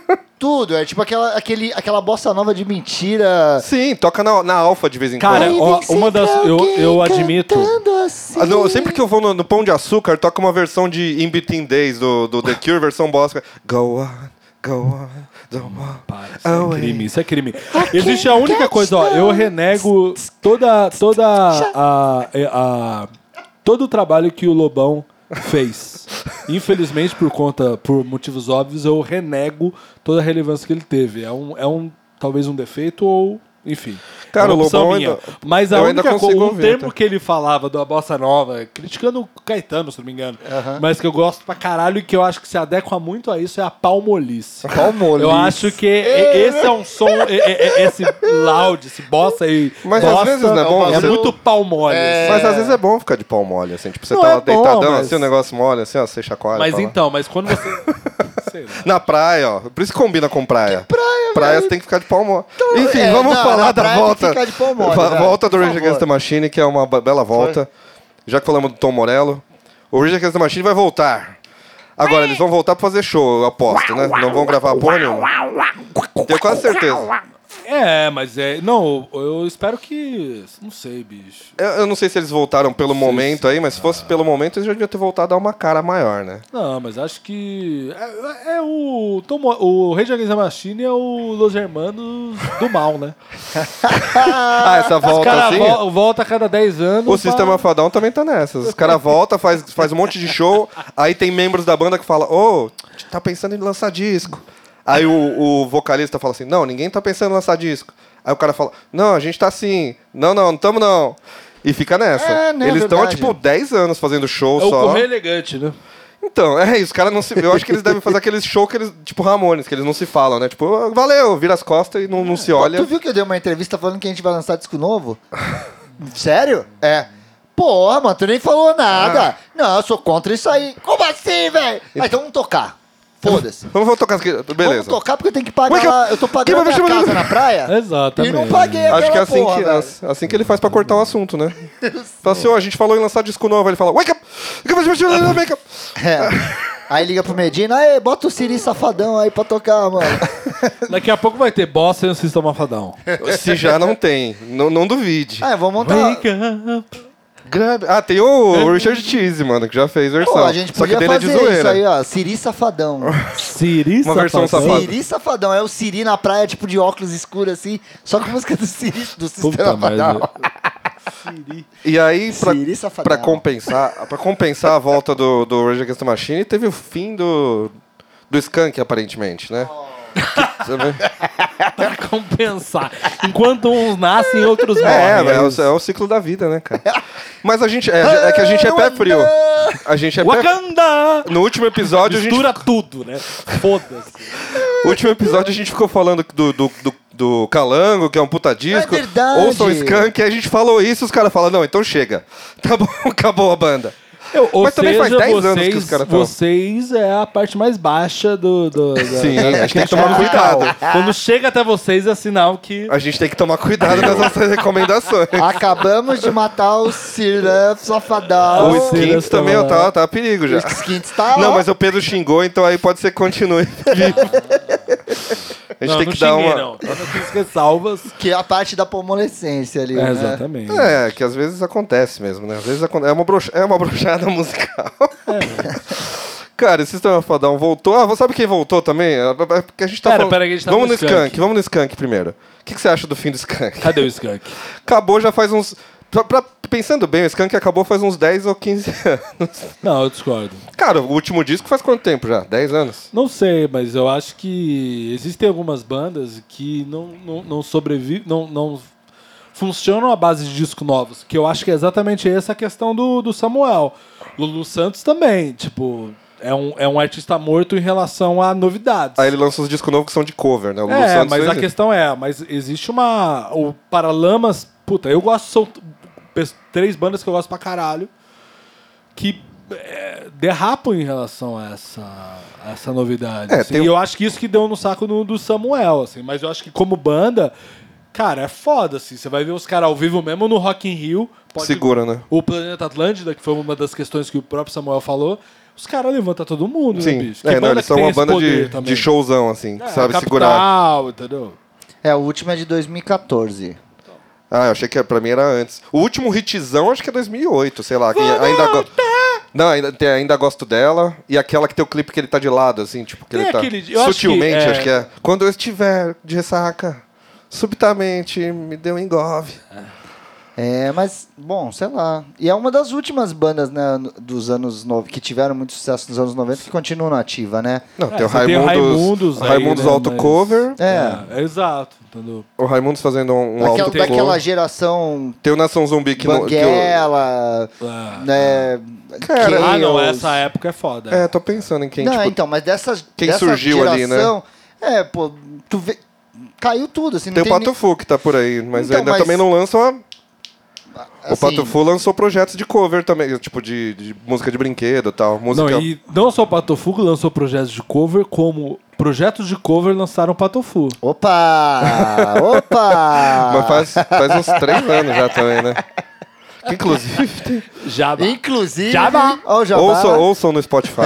D: f-
C: Tudo, é tipo aquela, aquele, aquela bossa nova de mentira.
B: sim, toca na, na alfa de vez em
D: Cara,
B: quando.
D: ó, uma das. Eu, eu admito.
C: assim.
B: Ah, não, sempre que eu vou no, no Pão de Açúcar, toca uma versão de In Between Days do, do The Cure, versão bossa. Go on, go on, go on.
D: Para, isso é
B: Away.
D: crime, isso é crime. Existe a única coisa, ó, eu renego é, toda toda a, a- a- todo o trabalho que o Lobão fez. Infelizmente, por conta, por motivos óbvios, eu renego toda a relevância que ele teve. É um, é um talvez um defeito ou, enfim.
B: Cara,
D: é uma
B: o
D: opção
B: Lobão
D: minha.
B: ainda-
D: Mas a
B: eu ainda
D: única coisa,
B: consigo
D: um
B: ouvir,
D: termo
B: tá?
D: que ele falava da bossa nova, criticando o Caetano, se não me engano, mas que eu gosto pra caralho e que eu acho que se adequa muito a isso é a palmolice.
C: Palmolice.
D: Eu acho que e- esse é um som, e- e- e- esse loud, esse bossa e
B: Mas às
D: bossa,
B: vezes não é bom,
D: é
B: você-
D: muito palmolice.
B: Mas às vezes é bom ficar de pau mole, assim. Tipo, você
D: Não,
B: tá
D: é
B: lá
D: bom,
B: deitadão,
D: mas-
B: assim, o negócio mole, assim, ó, você chacoalha.
D: Mas
B: pra lá.
D: então, mas quando você. Sei lá.
B: Na praia, ó. Por isso que combina com praia. praia, Praia você tem que ficar de pau mole. Enfim,
C: é,
B: vamos
C: não,
B: falar
C: na
B: da
C: praia tem que
B: volta.
C: ficar de pau mole,
B: Va-
C: velho,
B: volta do
C: por
B: Rage Against the
C: favor.
B: Machine, que é uma ba- bela volta. Já que falamos do Tom Morello, o Rage Against the Machine vai voltar. Agora, eles vão voltar pra fazer show, eu aposto, né? Não vão gravar porra nenhuma. Tenho quase certeza.
D: É, mas é. Não, eu espero que. Não sei, bicho.
B: Eu, eu não sei se eles voltaram pelo momento aí, mas se fosse pelo momento, eles já deviam ter voltado a uma cara maior, né?
D: Não, mas acho que. É, é o. Tom, Mo- o Rei de Against the Machine é o Los Hermanos do mal, né?
B: Ah, essa
D: Os
B: volta
D: cara
B: assim.
D: vo- volta a cada 10 anos.
B: O Sistema Fadão também tá nessas. Os caras voltam, faz, faz um monte de show, aí tem membros da banda que falam, ô, tá pensando em lançar disco. Aí o, o vocalista fala assim, não, ninguém tá pensando em lançar disco. Aí o cara fala, não, a gente tá assim, não, não, não tamo não. E fica nessa.
C: É, né,
B: Eles estão,
C: verdade.
B: tipo, 10 anos fazendo show
D: É o
B: só.
D: Correio Elegante, né?
B: Então, é isso, os caras não se. Eu acho que eles devem fazer aqueles show que eles. Tipo, Ramones, que eles não se falam, né? Tipo, "Ah, valeu, vira as costas e não, não se
C: Tu
B: olha.
C: viu que eu dei uma entrevista falando que a gente vai lançar disco novo? Sério? É. Porra, mano, tu nem falou nada.
B: Ah.
C: Não, eu sou contra isso aí. Como assim, velho? Ah, então vamos tocar. Foda-se.
B: Vamos, vamos tocar as que-
C: Vamos
B: Beleza.
C: tocar porque eu tenho que
B: Como é
C: pagar
B: que eu-
C: lá. Eu tô
B: Quem
C: pagando
B: vai me
C: a minha
B: chamar de-
C: casa na praia.
D: Exatamente.
C: E não paguei aquela
B: Acho que é assim,
C: porra,
B: que,
C: velho.
B: as- assim que ele faz pra cortar o assunto, né? Fala assim, ó, a gente falou em lançar disco novo, ele fala, wake up! Wake up, wake up!
C: É. Aí liga pro Medina, aí bota o Siri safadão aí pra tocar, mano.
D: Daqui a pouco vai ter bossa e o Sistema Fadão.
B: Se já não tem, não, não duvide.
C: Ah, vou montar.
D: up.
B: Grab- Ah, tem o Richard Cheese, mano, que já fez versão.
C: Pô, a gente
B: Só que
C: podia
B: dele é de
C: fazer isso
B: zoeira.
C: aí, ó. Siri safadão.
D: Siri
B: Uma versão
D: Safadão.
B: safada.
C: Siri safadão. É o Siri na praia, tipo de óculos escuros assim. Só com música do Siri, do
D: Puta
C: sistema
D: merda.
C: Fadal.
B: E aí, pra,
C: Siri safadão.
B: pra compensar, pra compensar a volta do, do Rage Against the Machine, teve o fim do, do Skunk, aparentemente, né? Sabe?
D: pra compensar. Enquanto uns nascem, outros morrem.
B: É, é,
D: velho.
B: o- é o ciclo da vida, né, cara? Mas a gente, é, é que a gente é pé frio. A gente é pé
D: Wakanda!
B: No último episódio, a gente
D: Mistura tudo, né? Foda-se.
B: O último episódio a gente ficou falando do, do, do, do Calango, que é um puta disco.
C: É verdade.
B: Ouçam o Skank, aí a gente falou isso, os caras falam, não, então chega. Tá bom, acabou a banda.
D: Eu- ou
B: Mas também
D: seja,
B: faz 10 anos
D: vocês,
B: que os caras falam.
D: Vocês é a parte mais baixa do. do da-
B: Sim,
D: da-
B: a gente tem que
D: da-
B: tomar cuidado.
D: Quando chega até vocês é sinal que.
B: A gente tem que tomar cuidado nas nossas recomendações.
C: Acabamos de matar o Siri safadão.
B: O
D: Os
C: O
B: Skins também eu tava, tava perigo já.
C: Skint tá lá.
B: Não, mas o Pedro xingou, então aí pode ser que continue. vivo. A gente
D: não,
B: tem
D: não
B: que dar
D: xinguei,
B: uma.
D: Não. Eu não fiz ressalvas.
C: Que é a parte da pomolescência ali. né?
D: É, exatamente.
B: É, que às vezes acontece mesmo, né? Às vezes aconte- é uma, broxa... é uma brochada musical.
D: É.
B: Cara, esse Sistema Fadão voltou. Ah, sabe quem voltou também? É Porque a gente tá
D: Pera,
B: falando...
D: pera, que a gente tá
B: vamos
D: no
B: no Skank.
D: Skank,
B: vamos no Skank primeiro. O que, que você acha do fim do Skank?
D: Cadê o Skunk?
B: Acabou já faz uns... pra- pra- Pensando bem, o Skank acabou faz uns 10 ou 15 anos.
D: Não, eu discordo.
B: Cara, o último disco faz quanto tempo já? 10 anos?
D: Não sei, mas eu acho que existem algumas bandas que não, não, não sobrevivem. Não, não funcionam à base de disco novos. Que eu acho que é exatamente essa a questão do, do Samuel. Lulu Santos também, tipo. É um, é um artista morto em relação a novidades.
B: Aí Ah, ele lança os discos novos que são de cover, né? O Lulu
D: É,
B: Santos
D: mas a
B: fez isso.
D: questão é, mas existe uma. O Paralamas, puta, eu gosto, são pes- três bandas que eu gosto pra caralho, que é, derrapam em relação a essa, a essa novidade.
B: É,
D: assim.
B: tem
D: E
B: um-
D: eu acho que isso que deu no saco do, do Samuel, assim, mas eu acho que como banda, cara, é foda, assim. Você vai ver os caras ao vivo mesmo no Rock in Rio. pode-
B: Segura, né?
D: O Planeta Atlântida, que foi uma das questões que o próprio Samuel falou, os caras levantam todo mundo, né,
B: Sim,
D: bicho? Que
B: é, não,
D: banda
B: eles
D: que
B: são
D: tem
B: uma
D: esse
B: banda
D: poder
B: de,
D: também?
B: de showzão, assim, que
D: É,
B: sabe segurar.
D: capital, entendeu?
C: É, o último é de 2014.
B: Ah, eu achei que pra mim era antes. O último hitzão acho que é 2008, sei lá. que ainda go... Não, ainda, tem ainda gosto dela. E aquela que tem o clipe que ele tá de lado, assim, tipo, que
D: Tem
B: ele tá.
D: aquele- eu acho que,
B: sutilmente,
D: é-
B: acho que, é... Quando um eu estiver de ressaca, subitamente me deu engove.
C: É, mas, bom, sei lá. E é uma das últimas bandas né, no- dos anos no- que tiveram muito sucesso nos anos 90 que continuam nativa, né?
B: Não,
D: É,
B: tem o
D: você tem o
B: Raimundos.
D: Raimundos aí,
B: Raimundos
D: né,
B: alto
D: mas-
B: cover.
C: É.
D: é exato. Entendeu?
B: O Raimundos fazendo um, um
C: Daquela,
B: alto
C: daquela
B: cover.
C: geração
B: Tem o Nação Zumbi que não. Que eu...
C: Banguela,
D: Ah.
C: né?
B: Cara,
D: Ah, não,
C: Chaos.
D: essa época é foda.
B: É, tô pensando em quem.
C: não,
B: tipo,
C: então, mas dessa,
B: quem
C: dessa
B: surgiu
C: geração,
B: ali, né?
C: É, pô, tu vê, caiu tudo, assim, não
B: Tem
C: tem,
B: o Pato
C: nem-
B: Fu que tá por aí, mas
C: Então,
B: ainda
C: mas-
B: também não lançam a- o
C: assim,
B: Pato Fu lançou projetos de cover também, tipo de, de música de brinquedo e tal. Música.
D: Não, e não só o Patofu lançou projetos de cover, como projetos de cover lançaram o Patofu.
C: Opa! Opa!
B: Mas faz, faz uns três anos já também, né? Que, inclusive, tem-
D: Jabá.
C: Inclusive,
D: Jabá.
C: ó, o Jabá.
B: ouçam, ouçam no Spotify.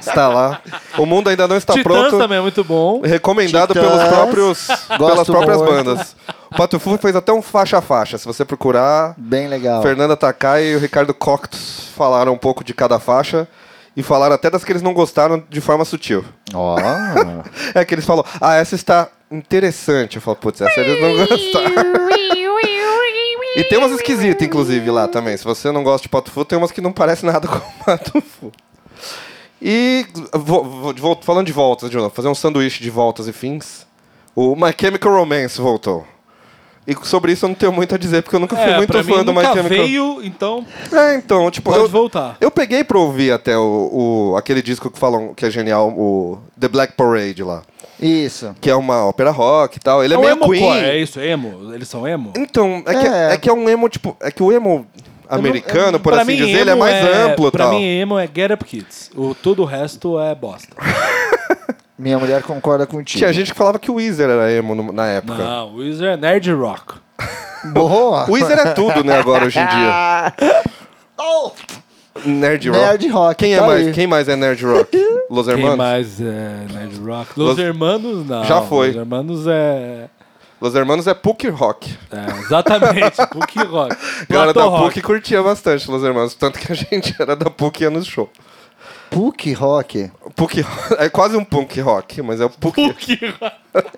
B: Está lá. O mundo ainda não está
D: Titãs
B: tá pronto.
D: também é muito bom.
B: Recomendado
C: Titãs.
B: pelos próprios, pelas
C: Gosto
B: próprias
C: muito.
B: bandas. O Pato Fu fez até um faixa a faixa. Se você procurar,
C: Bem legal.
B: Fernanda Takai e o Ricardo Coctus falaram um pouco de cada faixa e falaram até das que eles não gostaram de forma sutil.
C: Ó.
B: É que eles falam, ah, essa está interessante. Eu falo, putz, essa eles não gostaram. E tem umas esquisitas, inclusive, lá também. Se você não gosta de pato fu, tem umas que não parecem nada com pato fu. E vo- vo- de volta- falando de voltas, de novo, fazer um sanduíche de voltas e fins. O My Chemical Romance voltou. E sobre isso eu não tenho muito a dizer, porque eu nunca fui
D: É,
B: muito
D: pra mim
B: fã do My
D: nunca
B: Chemical
D: veio, então
B: É, então, tipo,
D: pode
B: eu,
D: voltar.
B: eu peguei pra ouvir até o, o- aquele disco que falam que é genial, o The Black Parade lá.
C: Isso.
B: Que é uma ópera rock e tal. Ele é,
D: um
B: meio
D: emo
B: Queen.
D: core, é isso, emo? Eles são emo?
B: Então, é que é.
C: É.
B: que é um emo, tipo, é que o emo americano, por
D: Pra
B: assim
D: mim,
B: dizer, ele é
D: emo
B: mais amplo e
D: Pra
B: tal.
D: mim, emo é Get Up Kids. O, todo o resto é bosta.
C: Minha mulher concorda contigo.
B: Tinha gente que falava que o Weezer era emo no- na época.
D: Não, o Weezer é nerd rock.
C: Boa.
B: O Weezer é tudo, né, agora, hoje em dia.
C: Oh,
B: Nerd rock.
C: Nerd rock.
B: Quem, é
C: tá
B: mais,
C: aí.
B: quem mais é nerd rock? Los
D: Quem
B: Hermanos?
D: mais é nerd rock? Los,
B: Los-
D: Hermanos, não.
B: Já foi.
D: Los Hermanos é...
B: Los Hermanos é PUC rock.
D: é exatamente, punk rock.
B: A galera
D: Platô
B: da
D: rock.
B: PUC curtia bastante Los Hermanos, tanto que a gente era da PUC e ia no show.
C: Puck rock.
B: Punk é quase um punk rock, mas é o punk.
D: Punk rock.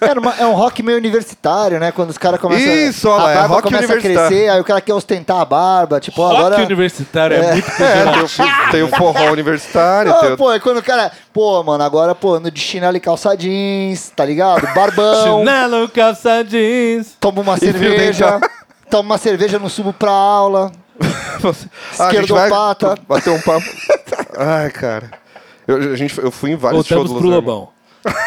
C: Era uma- é um rock meio universitário, né? Quando os caras começam
B: Isso, olha lá,
C: a
B: é
C: barba
B: rock
C: começa a
B: universitário.
C: crescer, aí o cara quer ostentar a barba, tipo, ó,
D: Rock
C: agora
D: universitário é, muito
B: É,
D: pejorativo.
B: tem o, tem o forró universitário,
D: Ah,
B: tem
C: Não,
B: o-
C: pô, é quando o cara, pô, mano, agora, pô, no de chinelo e calça jeans, tá ligado?
B: É um-
C: Barbão,
D: Chinelo, calça jeans.
C: toma uma
B: fio
C: cerveja,
B: dental.
C: toma uma cerveja, não subo pra aula.
B: Você- Ah, a gente vai
C: Esquerdopata.
B: Bater um papo. Ai, cara. Eu, a gente, eu fui em vários
D: Voltamos
B: shows
D: pro
B: do Los
D: Lobão.
B: Hermanos.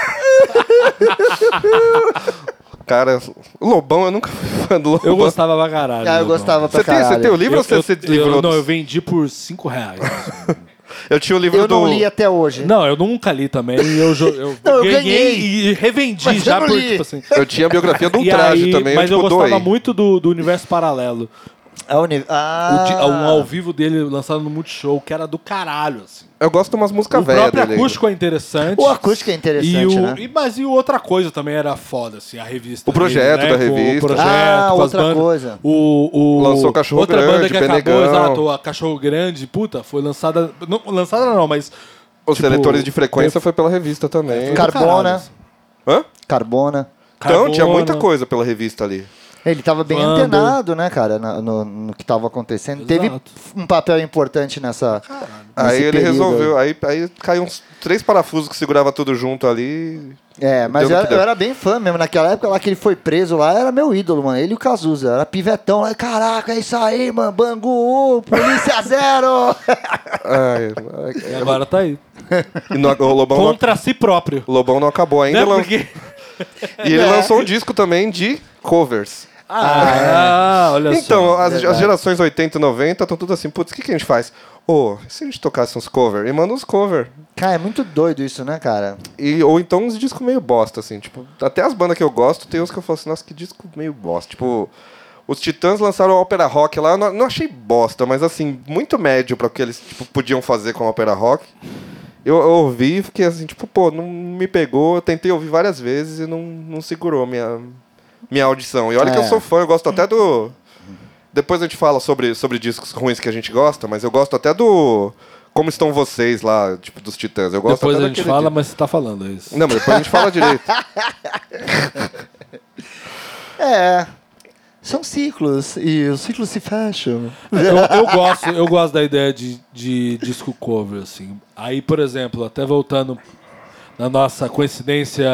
B: Cara, Lobão, eu nunca fui fã do Lobão.
D: Eu gostava pra caralho. do
C: Ah, eu
D: Lobão.
C: gostava pra
B: Você tem,
C: caralho.
B: você tem o livro
D: Eu-
B: ou você
D: eu-
B: se
D: eu-
B: livrou?
D: Não,
B: do-
D: eu vendi por 5 reais.
B: Eu tinha o livro
C: Eu
B: do.
C: não li até hoje.
D: não, eu nunca li também. Eu, jo- eu
C: Não, eu
D: ganhei,
C: ganhei.
D: e revendi
C: Mas eu
D: já
C: não
D: por,
C: li.
D: tipo assim.
B: Eu tinha a biografia do
D: E
B: Um traje
D: aí-
B: também.
D: mas eu,
B: tipo,
D: gostava
B: doei.
D: muito do, do universo paralelo.
C: A É uni...
D: O di-
B: é
C: ah,
D: um ao vivo dele lançado no Multishow, que era do caralho, assim.
B: Eu gosto de umas músicas
D: O
B: velhas
D: próprio
B: dele.
D: acústico é interessante.
C: O acústico é interessante,
D: e o,
C: né?
D: e- mas e outra coisa também era foda, assim, a revista.
B: O projeto
D: dele, né,
B: da
D: Com
B: revista.
D: O projeto,
C: Ah,
D: com as
C: outra
D: bandas.
C: coisa.
D: O, o,
B: Lançou Cachorro
D: outra
B: Grande,
D: banda que é acabou,
B: Penegão.
D: exato, ah, a Cachorro Grande, puta, foi lançada... Não, lançada não, mas...
B: Os
D: tipo,
B: seletores de frequência foi pela revista também.
D: Car-
C: Carbona,
D: Caralho.
B: Hã?
C: Carbona.
B: Então, tinha
D: Carbona.
B: muita coisa pela revista ali.
C: Ele tava bem
D: Quando?
C: antenado, né, cara, na- no, no que tava acontecendo. Teve
D: Exato.
C: um papel importante nessa. nesse
B: Aí ele
C: período
B: resolveu. Aí, aí caiu uns três parafusos que segurava tudo junto ali.
C: É, mas
B: Deu no que
C: eu, era-
B: deu.
C: eu era bem fã mesmo. Naquela época lá que ele foi preso lá, era meu ídolo, mano. Ele e o Cazuza. Era pivetão. Lá, Caraca, é isso aí, mano. Bangu, um, polícia zero.
B: Ai,
D: E agora tá aí.
B: Então, ai. E no- o Lobão não
D: Contra si próprio.
B: O Lobão não acabou ainda.
D: Né?
B: lan-
D: Porque...
B: E ele lançou um disco também de covers.
D: Ah, olha
B: então,
D: só.
B: as, as gerações 80 e 90 estão tudo assim, putz, o que, que a gente faz? Ô, e se a gente tocasse uns cover? E manda uns cover.
C: cara, é muito doido isso, né, cara?
B: E, ou então uns discos meio bosta, assim. Tipo, até as bandas que eu gosto, tem uns que eu falo assim, nossa, que disco meio bosta. Tipo, os Titãs lançaram a ópera rock lá, eu não, não achei bosta, mas assim, muito médio pra o que eles tipo, podiam fazer com a ópera rock. Eu, eu ouvi e fiquei assim, tipo, pô, não me pegou. Eu tentei ouvir várias vezes e não, não segurou minha, minha audição. E olha que eu
C: É.
B: sou fã, eu gosto até do. Depois a gente fala sobre, sobre discos ruins que a gente gosta, mas eu gosto até do. Como estão vocês lá, tipo, dos Titãs. Eu gosto
D: Depois
B: até
D: a gente
B: daquele
D: fala,
B: disco.
D: mas você tá falando é isso.
B: Não, mas depois a gente fala direito.
C: É. São ciclos e os ciclos se fecham.
D: Eu, eu gosto, eu gosto da ideia de, de disco cover, assim. Aí, por exemplo, até voltando na nossa coincidência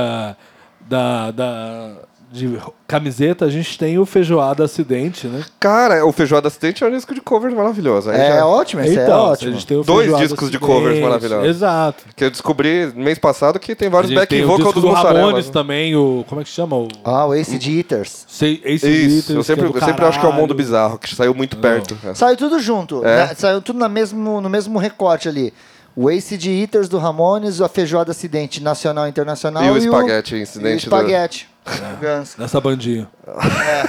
D: da, da, de camiseta, a gente tem o Feijoada Acidente, né?
B: Cara, o Feijoada Assistente é um disco de covers maravilhoso. Aí
C: É
B: já-
C: ótimo, esse é
D: Então,
C: ótimo.
D: a gente tem o
B: Dois
D: Feijoada
B: discos de covers
D: Acidente,
B: maravilhosos.
D: Exato.
B: Que eu descobri mês passado que tem
D: A
B: vários
D: gente
B: back
D: tem o
B: vocal
D: disco
B: dos né?
D: do Ramones
B: mussarelas.
D: também, o... Como é que chama? O...
C: Ah, o Ace de Eaters.
D: Sei- Ace Eaters,
B: Isso,
D: que
B: eu sempre,
D: é do
B: eu sempre acho que é o mundo
D: caralho.
B: bizarro, que saiu muito perto. né? cara.
C: Saiu tudo junto.
B: É?
C: né? Saiu tudo na mesmo, no mesmo recorte ali. O Ace de Eaters do Ramones, a feijoada acidente nacional e internacional.
B: E o espaguete incidente
C: E o
B: do-
C: espaguete. Guns.
D: Nessa bandinha.
B: É.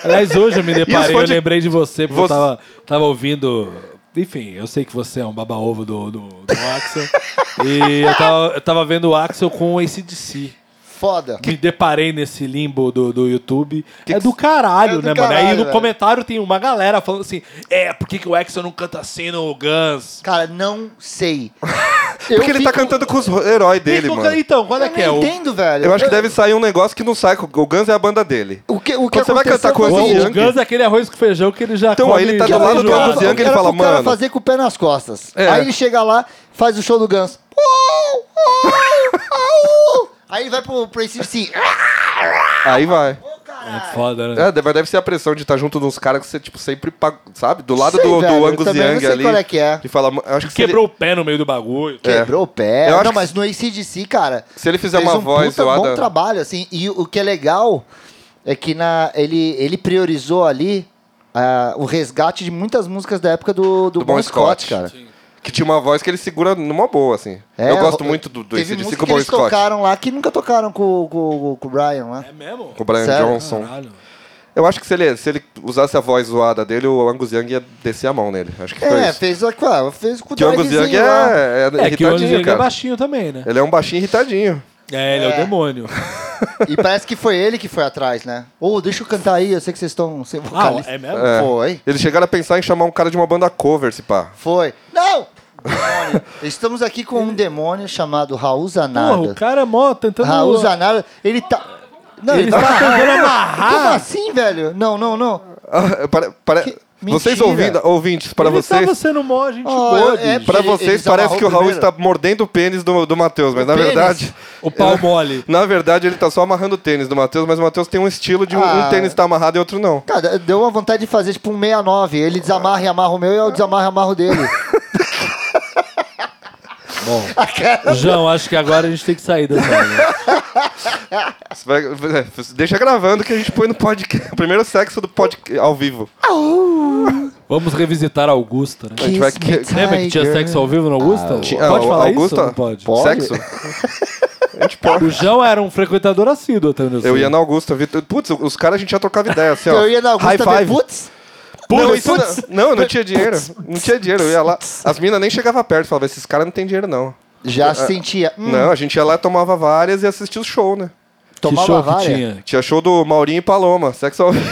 D: Aliás, hoje eu me
B: Isso
D: deparei,
B: foi
D: eu
B: de-
D: lembrei de você, porque
B: Você-
D: eu tava, tava ouvindo. Enfim, eu sei que você é um baba-ovo do, do, do Axel. e eu tava, eu tava vendo o Axel com o ACDC.
C: Foda.
D: Me deparei nesse limbo do, do YouTube. é do
C: É
D: caralho,
C: do
D: né, mano?
C: caralho,
D: Aí no
C: velho.
D: comentário tem uma galera falando assim: é, por que, que o Axel não canta assim no Guns?
C: Cara, não sei.
B: Porque ele tá cantando com os heróis dele,
D: Então,
B: mano.
D: Então, qual é
C: Eu
D: que é?
C: não
D: O,
C: entendo, velho.
B: Eu acho que deve sair um negócio que não sai. que O Guns é a banda dele.
C: O que, o que
B: Quando você vai
C: aconteceu
B: cantar com
D: o,
C: foi o
B: esse
C: seguinte,
D: o
B: Yankee.
D: Guns é aquele arroz que feijão que ele já
B: Então,
D: come
B: ele tá do
D: já
B: lado do
D: feijoada.
B: Guns Young, ele
C: era
B: fala,
C: pro cara
B: mano-
C: fazer com o pé nas costas.
B: É.
C: Aí ele chega lá, faz o show do Guns. Au, au, au. Aí ele vai pro, pro
B: É.
C: ACDC.
B: Aí vai.
D: É foda, né?
B: É, mas deve ser a pressão de estar junto de uns caras que você, tipo, sempre paga, sabe? Do lado
C: Sei,
B: do,
C: velho,
B: do
C: eu
B: Angus
C: também não
B: Young
C: sei
B: ali.
C: qual é que é.
B: Que fala, "Mano, acho que se ele-
D: Quebrou o pé no meio do bagulho.
B: É.
C: Quebrou o pé.
B: Eu acho
C: Não,
B: que
C: mas no ACDC, cara.
B: Se ele fizer
C: fez
B: uma
C: um
B: voz
C: puta
B: zoada-
C: bom trabalho, assim. E o que é legal é que na, ele, ele priorizou ali ah, o resgate de muitas músicas da época do, do,
B: Do
C: Bon
B: Bon
C: Scott,
B: Scott.
C: cara.
B: que tinha uma voz que ele segura numa boa, assim.
C: É,
B: eu gosto
C: ro-
B: muito do, do
C: teve
B: ACDC
C: música
B: com o
C: que
B: Bon
C: eles
B: Scott.
C: tocaram lá que nunca tocaram com, com, com o Brian lá.
D: É mesmo?
B: Com o Brian
C: Sério?
B: Johnson.
D: Caralho.
B: Eu acho que se ele, se ele usasse a voz zoada dele, o Angus Young ia descer a mão nele. Acho que foi
C: É,
B: isso.
C: fez, a- claro, fez com o
B: Que o Angus
C: drivezinho
B: Young
C: lá.
B: é, é,
D: É que o
B: irritadinho,
D: Angelina é
B: cara.
D: baixinho também, né?
B: Ele é um baixinho irritadinho.
D: É, ele é,
C: É.
D: o demônio.
C: E parece que foi ele que foi atrás, né? Ô, deixa eu cantar aí, eu sei que vocês estão sem
D: Ah,
C: vocalista.
D: é mesmo?
B: É.
C: Foi,
B: Eles chegaram a pensar em chamar um cara de uma banda cover, se pá.
C: foi. Não! Demônio. Estamos aqui com um demônio chamado Raul Zanada.
D: Porra, o cara é mó tentando.
C: Raul Zanada, ele tá... Não,
D: Ele tá tentando amarrar.
C: Como assim, velho? Não, não, não.
B: Ah, para- para-
C: Que-
B: vocês
C: mentira.
B: ouvindo, ouvintes, para
D: ele
B: vocês.
D: tava sendo mó gente
C: Ó,
D: boa,
C: é-
D: bicho.
B: Pra
C: Ele-
B: vocês
C: eles
B: parece
C: amarrou
B: que o Raul
C: primeiro.
B: está mordendo o pênis do, do Matheus, mas na
C: pênis?
B: verdade.
D: O pau mole.
B: Na verdade, ele tá só amarrando o tênis do Matheus, mas o Matheus tem um estilo de um,
C: Ah.
B: um tênis tá amarrado e outro não.
C: Cara, deu uma vontade de fazer tipo um 69. Ele desamarra e amarra o meu e eu desamarro e amarro o dele.
D: João, acho que agora a gente tem que sair dessa. né?
B: Você vai- é, deixa gravando que a gente põe no podcast. O primeiro sexo do podcast ao vivo.
D: Vamos revisitar a Augusta, né?
B: A gente vai que-
D: Lembra que tinha sexo ao vivo na Augusta?
B: Tinha-
D: pode
B: ah,
D: falar isso?
B: Augusta?
D: ou Não pode.
C: Pode?
B: Sexo? a gente pode.
D: O João era um frequentador assíduo, até onde
B: Eu ia
D: sei.
B: na Augusta, vi, tu- putz, os caras a gente já trocava ideia assim, ó.
C: Então, Eu ia na Augusta
B: High
C: ver,
B: five.
C: putz,
B: não,
C: Putz,
B: isso não,
C: putz.
B: não, não tinha dinheiro. Não tinha dinheiro. Eu ia lá. As minas nem chegavam perto, falava, esses caras não tem dinheiro, não.
C: já sentia. Hum,
B: Ah, Não, a gente ia lá, tomava várias e assistia o show, né?
D: Que
C: tomava
D: show que
C: várias.
D: tinha.
B: Tinha show do Maurinho e Paloma, sexo ao vivo.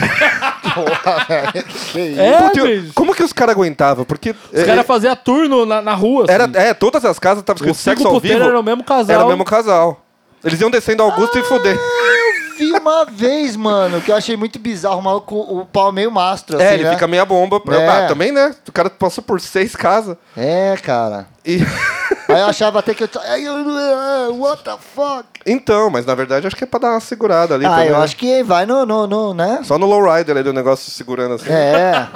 D: É,
B: Puta, eu-
D: bicho.
B: Como que os caras aguentavam? Porque.
D: Os caras faziam turno na, na rua. assim.
B: É, era, é, todas as casas estavam escrito
D: Os cinco
B: sexo ao vivo.
D: puteiros eram o mesmo casal.
B: Era o mesmo casal. Eles iam descendo Augusto
C: Ah,
B: e fuder.
C: assim, Vi uma vez, mano, que eu achei muito bizarro, o maluco com o pau meio mastro, assim,
B: é, ele
C: né?
B: fica meia bomba. pra-
C: É.
B: Ah, também, né? O cara passou por seis casas.
C: É, cara.
B: E...
C: Aí eu achava até que eu... Ai, eu- ah, What the fuck?
B: então, mas na verdade acho que é pra dar uma segurada ali.
C: ah,
B: também,
C: eu
B: né?
C: acho que vai no, no, no né?
B: Só no lowrider ali o negócio segurando assim.
C: É.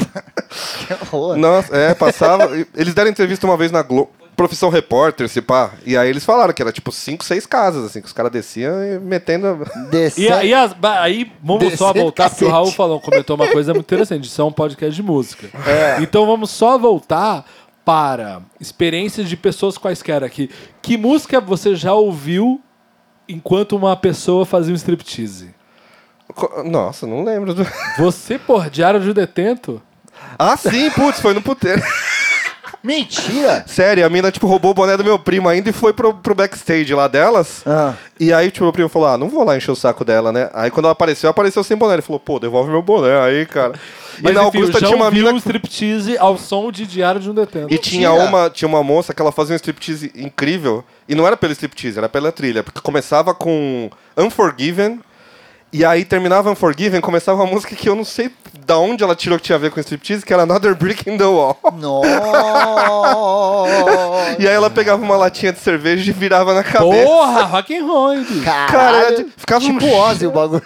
C: que horror.
B: Nossa, é, passava. e- Eles deram entrevista uma vez na Globo. Profissão repórter, se pá. E aí eles falaram que era tipo cinco, seis casas, assim, que os caras desciam e metendo.
C: Desce...
D: E, aí as- ba- aí, vamos só
C: Descer do
D: voltar, porque o
C: cacete.
D: Raul falou, comentou uma coisa muito interessante. Isso é um podcast de música.
B: É.
D: Então vamos só voltar para experiências de pessoas quaisquer aqui. Que música você já ouviu enquanto uma pessoa fazia um striptease?
B: Co- Nossa, não lembro. do-
D: Você, por Diário de um Detento?
B: Ah, sim, putz, foi no puteiro.
C: Mentira!
B: Sério, a mina, tipo, roubou o boné do meu primo ainda e foi pro, pro backstage lá delas.
C: Ah.
B: E aí, tipo, meu primo falou: Ah, não vou lá encher o saco dela, né? Aí quando ela apareceu, apareceu sem boné. Ele falou: Pô, devolve meu boné aí, cara.
D: Mas
B: e na
D: enfim,
B: Augusta
D: o João
B: tinha uma
D: viu
B: mina.
D: um striptease ao som de Diário de um Detento.
B: E tinha
C: Mentira.
B: uma, tinha uma moça que ela fazia um striptease incrível. E não era pelo striptease, era pela trilha. Porque começava com Unforgiven. E aí terminava Unforgiven, começava uma música que eu não sei da onde ela tirou que tinha a ver com striptease, que era Another Brick in the Wall.
C: Nossa!
B: E aí ela pegava uma latinha de cerveja e virava na cabeça.
D: Porra, rock and roll, hein, bicho?
B: Cara, era
C: Caralho!
B: de- ficava
C: tipo
B: um-
C: Ozzy o bagulho.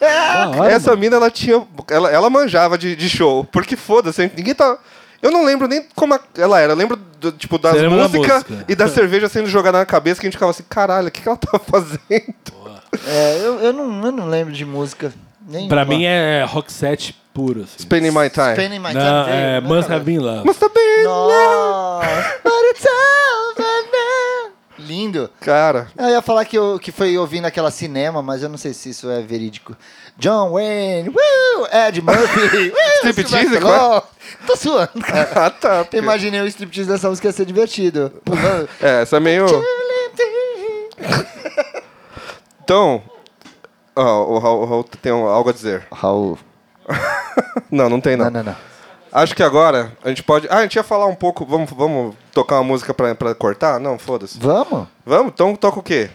D: Da hora,
B: Essa mina, ela tinha. Ela, ela manjava de, de show. Porque foda-se, ninguém tá. Eu não lembro nem como a- ela era. Eu lembro, do- tipo, das
D: Você lembra da
B: músicas
D: música.
B: e da cerveja sendo jogada na cabeça que a gente ficava assim, caralho, o que, que ela tá fazendo?
C: É, eu, eu, não, eu não lembro de música. Nem
D: Pra mim é rock set puro, assim.
B: Spending my time.
C: Spending my time.
D: Não,
C: veio,
D: é
C: né,
D: Must
C: cara?
D: Have Been Love.
B: Mas tá bem.
C: Nossa! But it's over now. Lindo.
B: Cara,
C: Eu ia falar que, eu, que foi ouvindo aquela cinema, mas eu não sei se isso é verídico. John Wayne, woo, Ed Murphy, woo,
B: Striptease,
C: Sylvester
B: qual é?
C: Stallone. Tô suando, cara.
B: ah tá. porque-
C: Imaginei o striptease dessa música ia ser divertido. Pulando.
B: É, essa é meio. Então. ó, o Raul, o Raul tem um- algo a dizer.
C: Raul.
B: Não, não tem
C: Não, não, não.
B: Acho que agora a gente pode. Ah, a gente ia falar um pouco. Vamos, vamos tocar uma música pra, pra cortar? Não, foda-se.
C: Vamos?
B: Vamos? Então toca o quê?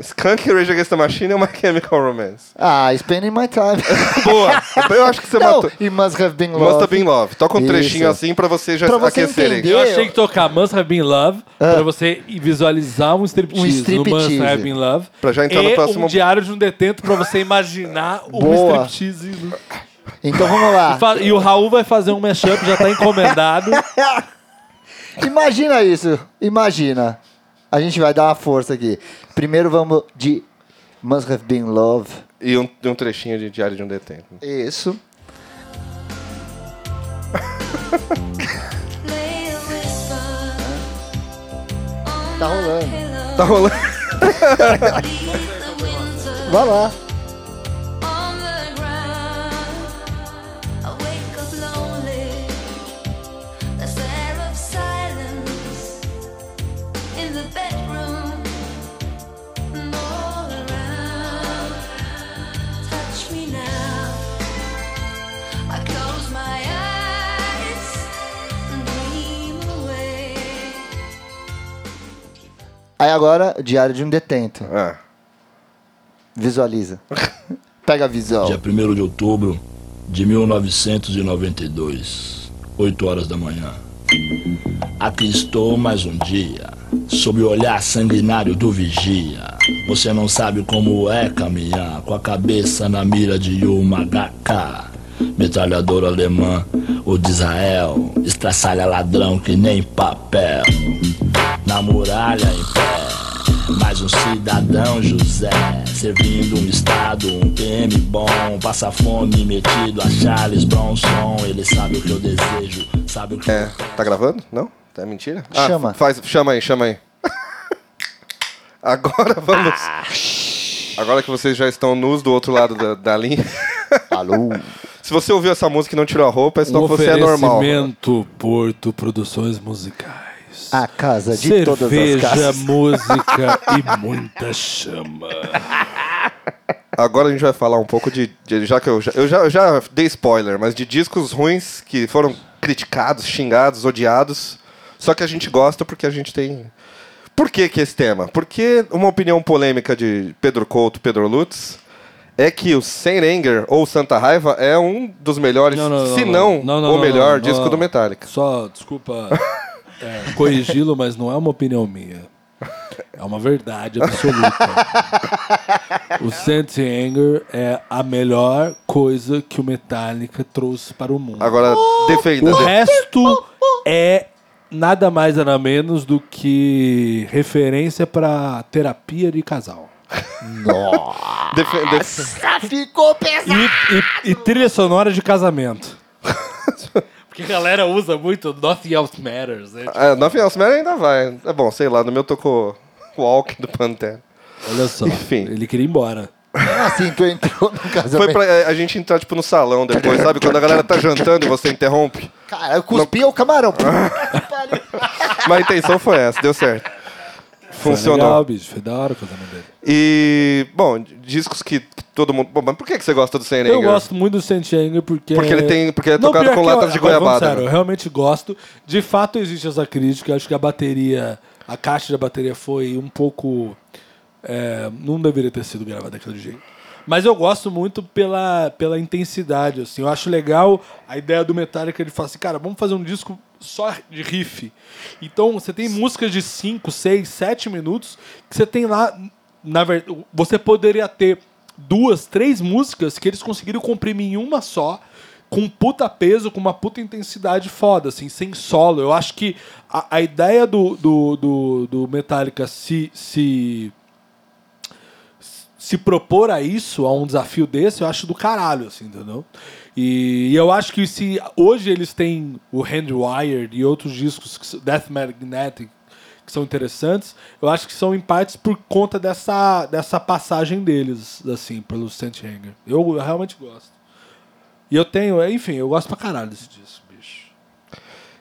B: Skunk, Rage Against the Machine e My Chemical Romance.
C: Ah, Spending My Time.
B: Boa! Eu acho que você
C: não,
B: matou.
C: It Must Have Been Love.
B: Must Have Been Love. Toca um
C: Isso.
B: trechinho assim pra vocês já
C: Pra você
B: aquecerem.
C: entender.
D: Eu achei que tocar Must Have Been Love pra você visualizar um striptease,
C: Um
D: um
C: striptease.
D: no Must Have Been Love.
B: Pra já entrar
D: e
B: no próximo-
D: um diário de um detento pra você imaginar
C: Boa.
D: um striptease. no-
C: Então vamos lá.
D: E fa- E o Raul vai fazer um mashup, já tá encomendado.
C: Imagina isso. Imagina. A gente vai dar uma força aqui. Primeiro vamos de Must Have Been Love.
B: E um, um trechinho de Diário de um Detento.
C: Isso. Tá rolando.
B: Tá rolando.
C: Vai lá.
A: In the bedroom and all around, touch me now. I close my eyes and dream away.
C: Aí agora, Diário de um Detento.
B: Ah.
C: Visualiza. Pega a visão.
E: Dia 1 de outubro de 1992, 8 horas da manhã. Aqui estou mais um dia, sob o olhar sanguinário do vigia. Você não sabe como é caminhar, com a cabeça na mira de uma HK. Metralhador alemã ou de Israel, estraçalha ladrão que nem papel. Na muralha em pé. Mais um cidadão José, servindo um estado, um PM bom, passa fome metido a Charles Bronson, ele sabe o que eu desejo, sabe o que
B: É, tá gravando? Não? É mentira?
C: Chama.
B: Faz, chama aí, chama aí. Agora vamos. Agora que vocês já estão nus do outro lado da, da linha.
C: Alô.
B: Se você ouviu essa música e não tirou a roupa, então você é normal.
D: Oferecimento Porto Produções Musicais.
C: A casa É de todas as
D: Cerveja,
C: casas.
D: música e muita chama.
B: Agora a gente vai falar um pouco de. de- já que eu já, eu já, eu já dei spoiler, mas de discos ruins que foram criticados, xingados, odiados. Só que a gente gosta porque a gente tem. Por que, que esse tema? Porque uma opinião polêmica de Pedro Couto, Pedro Lutz, é que o Saint Anger ou Santa Raiva é um dos melhores, se não, o melhor
D: não,
B: disco
D: não.
B: do Metallica.
D: Só, desculpa é, corrigi-lo, mas não é uma opinião minha. É uma verdade absoluta. o Saint Anger é a melhor coisa que o Metallica trouxe para o mundo.
B: Agora, defenda.
D: O
B: de-
D: resto é nada mais nada menos do que referência para terapia de casal.
B: defe- def-
C: Ficou pesado.
D: E, e- e trilha sonora de casamento. Porque a galera usa muito Nothing Else Matters. né?
B: Ah, Nothing Else Matters ainda vai. É bom, sei lá, no meu tocou Walk do Pantera.
D: Olha só,
B: Enfim.
D: ele queria ir embora.
C: Assim, tu entrou no casamento.
B: Foi pra é, a gente entrar, tipo, no salão depois, sabe? Quando a galera tá jantando e você interrompe.
C: Cara, eu cuspi o camarão.
B: Mas a intenção foi essa, deu certo.
D: Foi legal,
B: Funcionou.
D: bicho. Foi da hora o casamento dele.
B: E, bom, discos que que todo mundo... Bom, mas por que que você gosta do Saint
D: Eu
B: Anger?
D: gosto muito do Saint Anger porque...
B: Porque ele tem- porque ele é
D: Não,
B: tocado
D: pior
B: com
D: que
B: latas
D: eu-
B: de
D: agora, vamos
B: goiabada,
D: Sério,
B: né?
D: eu realmente gosto. De fato, existe essa crítica. Eu acho que a bateria... A caixa da bateria foi um pouco... é, não deveria ter sido gravada daquele jeito. Mas eu gosto muito pela, pela intensidade, assim. Eu acho legal a ideia do Metallica, ele fala assim, cara, vamos fazer um disco só de riff. Então, você tem músicas de 5, 6, 7 minutos que você tem lá, na verdade, você poderia ter duas, três músicas que eles conseguiram comprimir em uma só, com um puta peso, com uma puta intensidade foda, assim, sem solo. Eu acho que a, a ideia do, do, do, do Metallica se, se se propor a isso, a um desafio desse, eu acho do caralho, assim, entendeu? E, e eu acho que se hoje eles têm o Handwired e outros discos, que s- Death Magnetic, que são interessantes, eu acho que são em partes por conta dessa, dessa passagem deles, assim, pelo Sandhanger. Eu realmente gosto. E eu tenho, é, enfim, eu gosto pra caralho desse disco, bicho.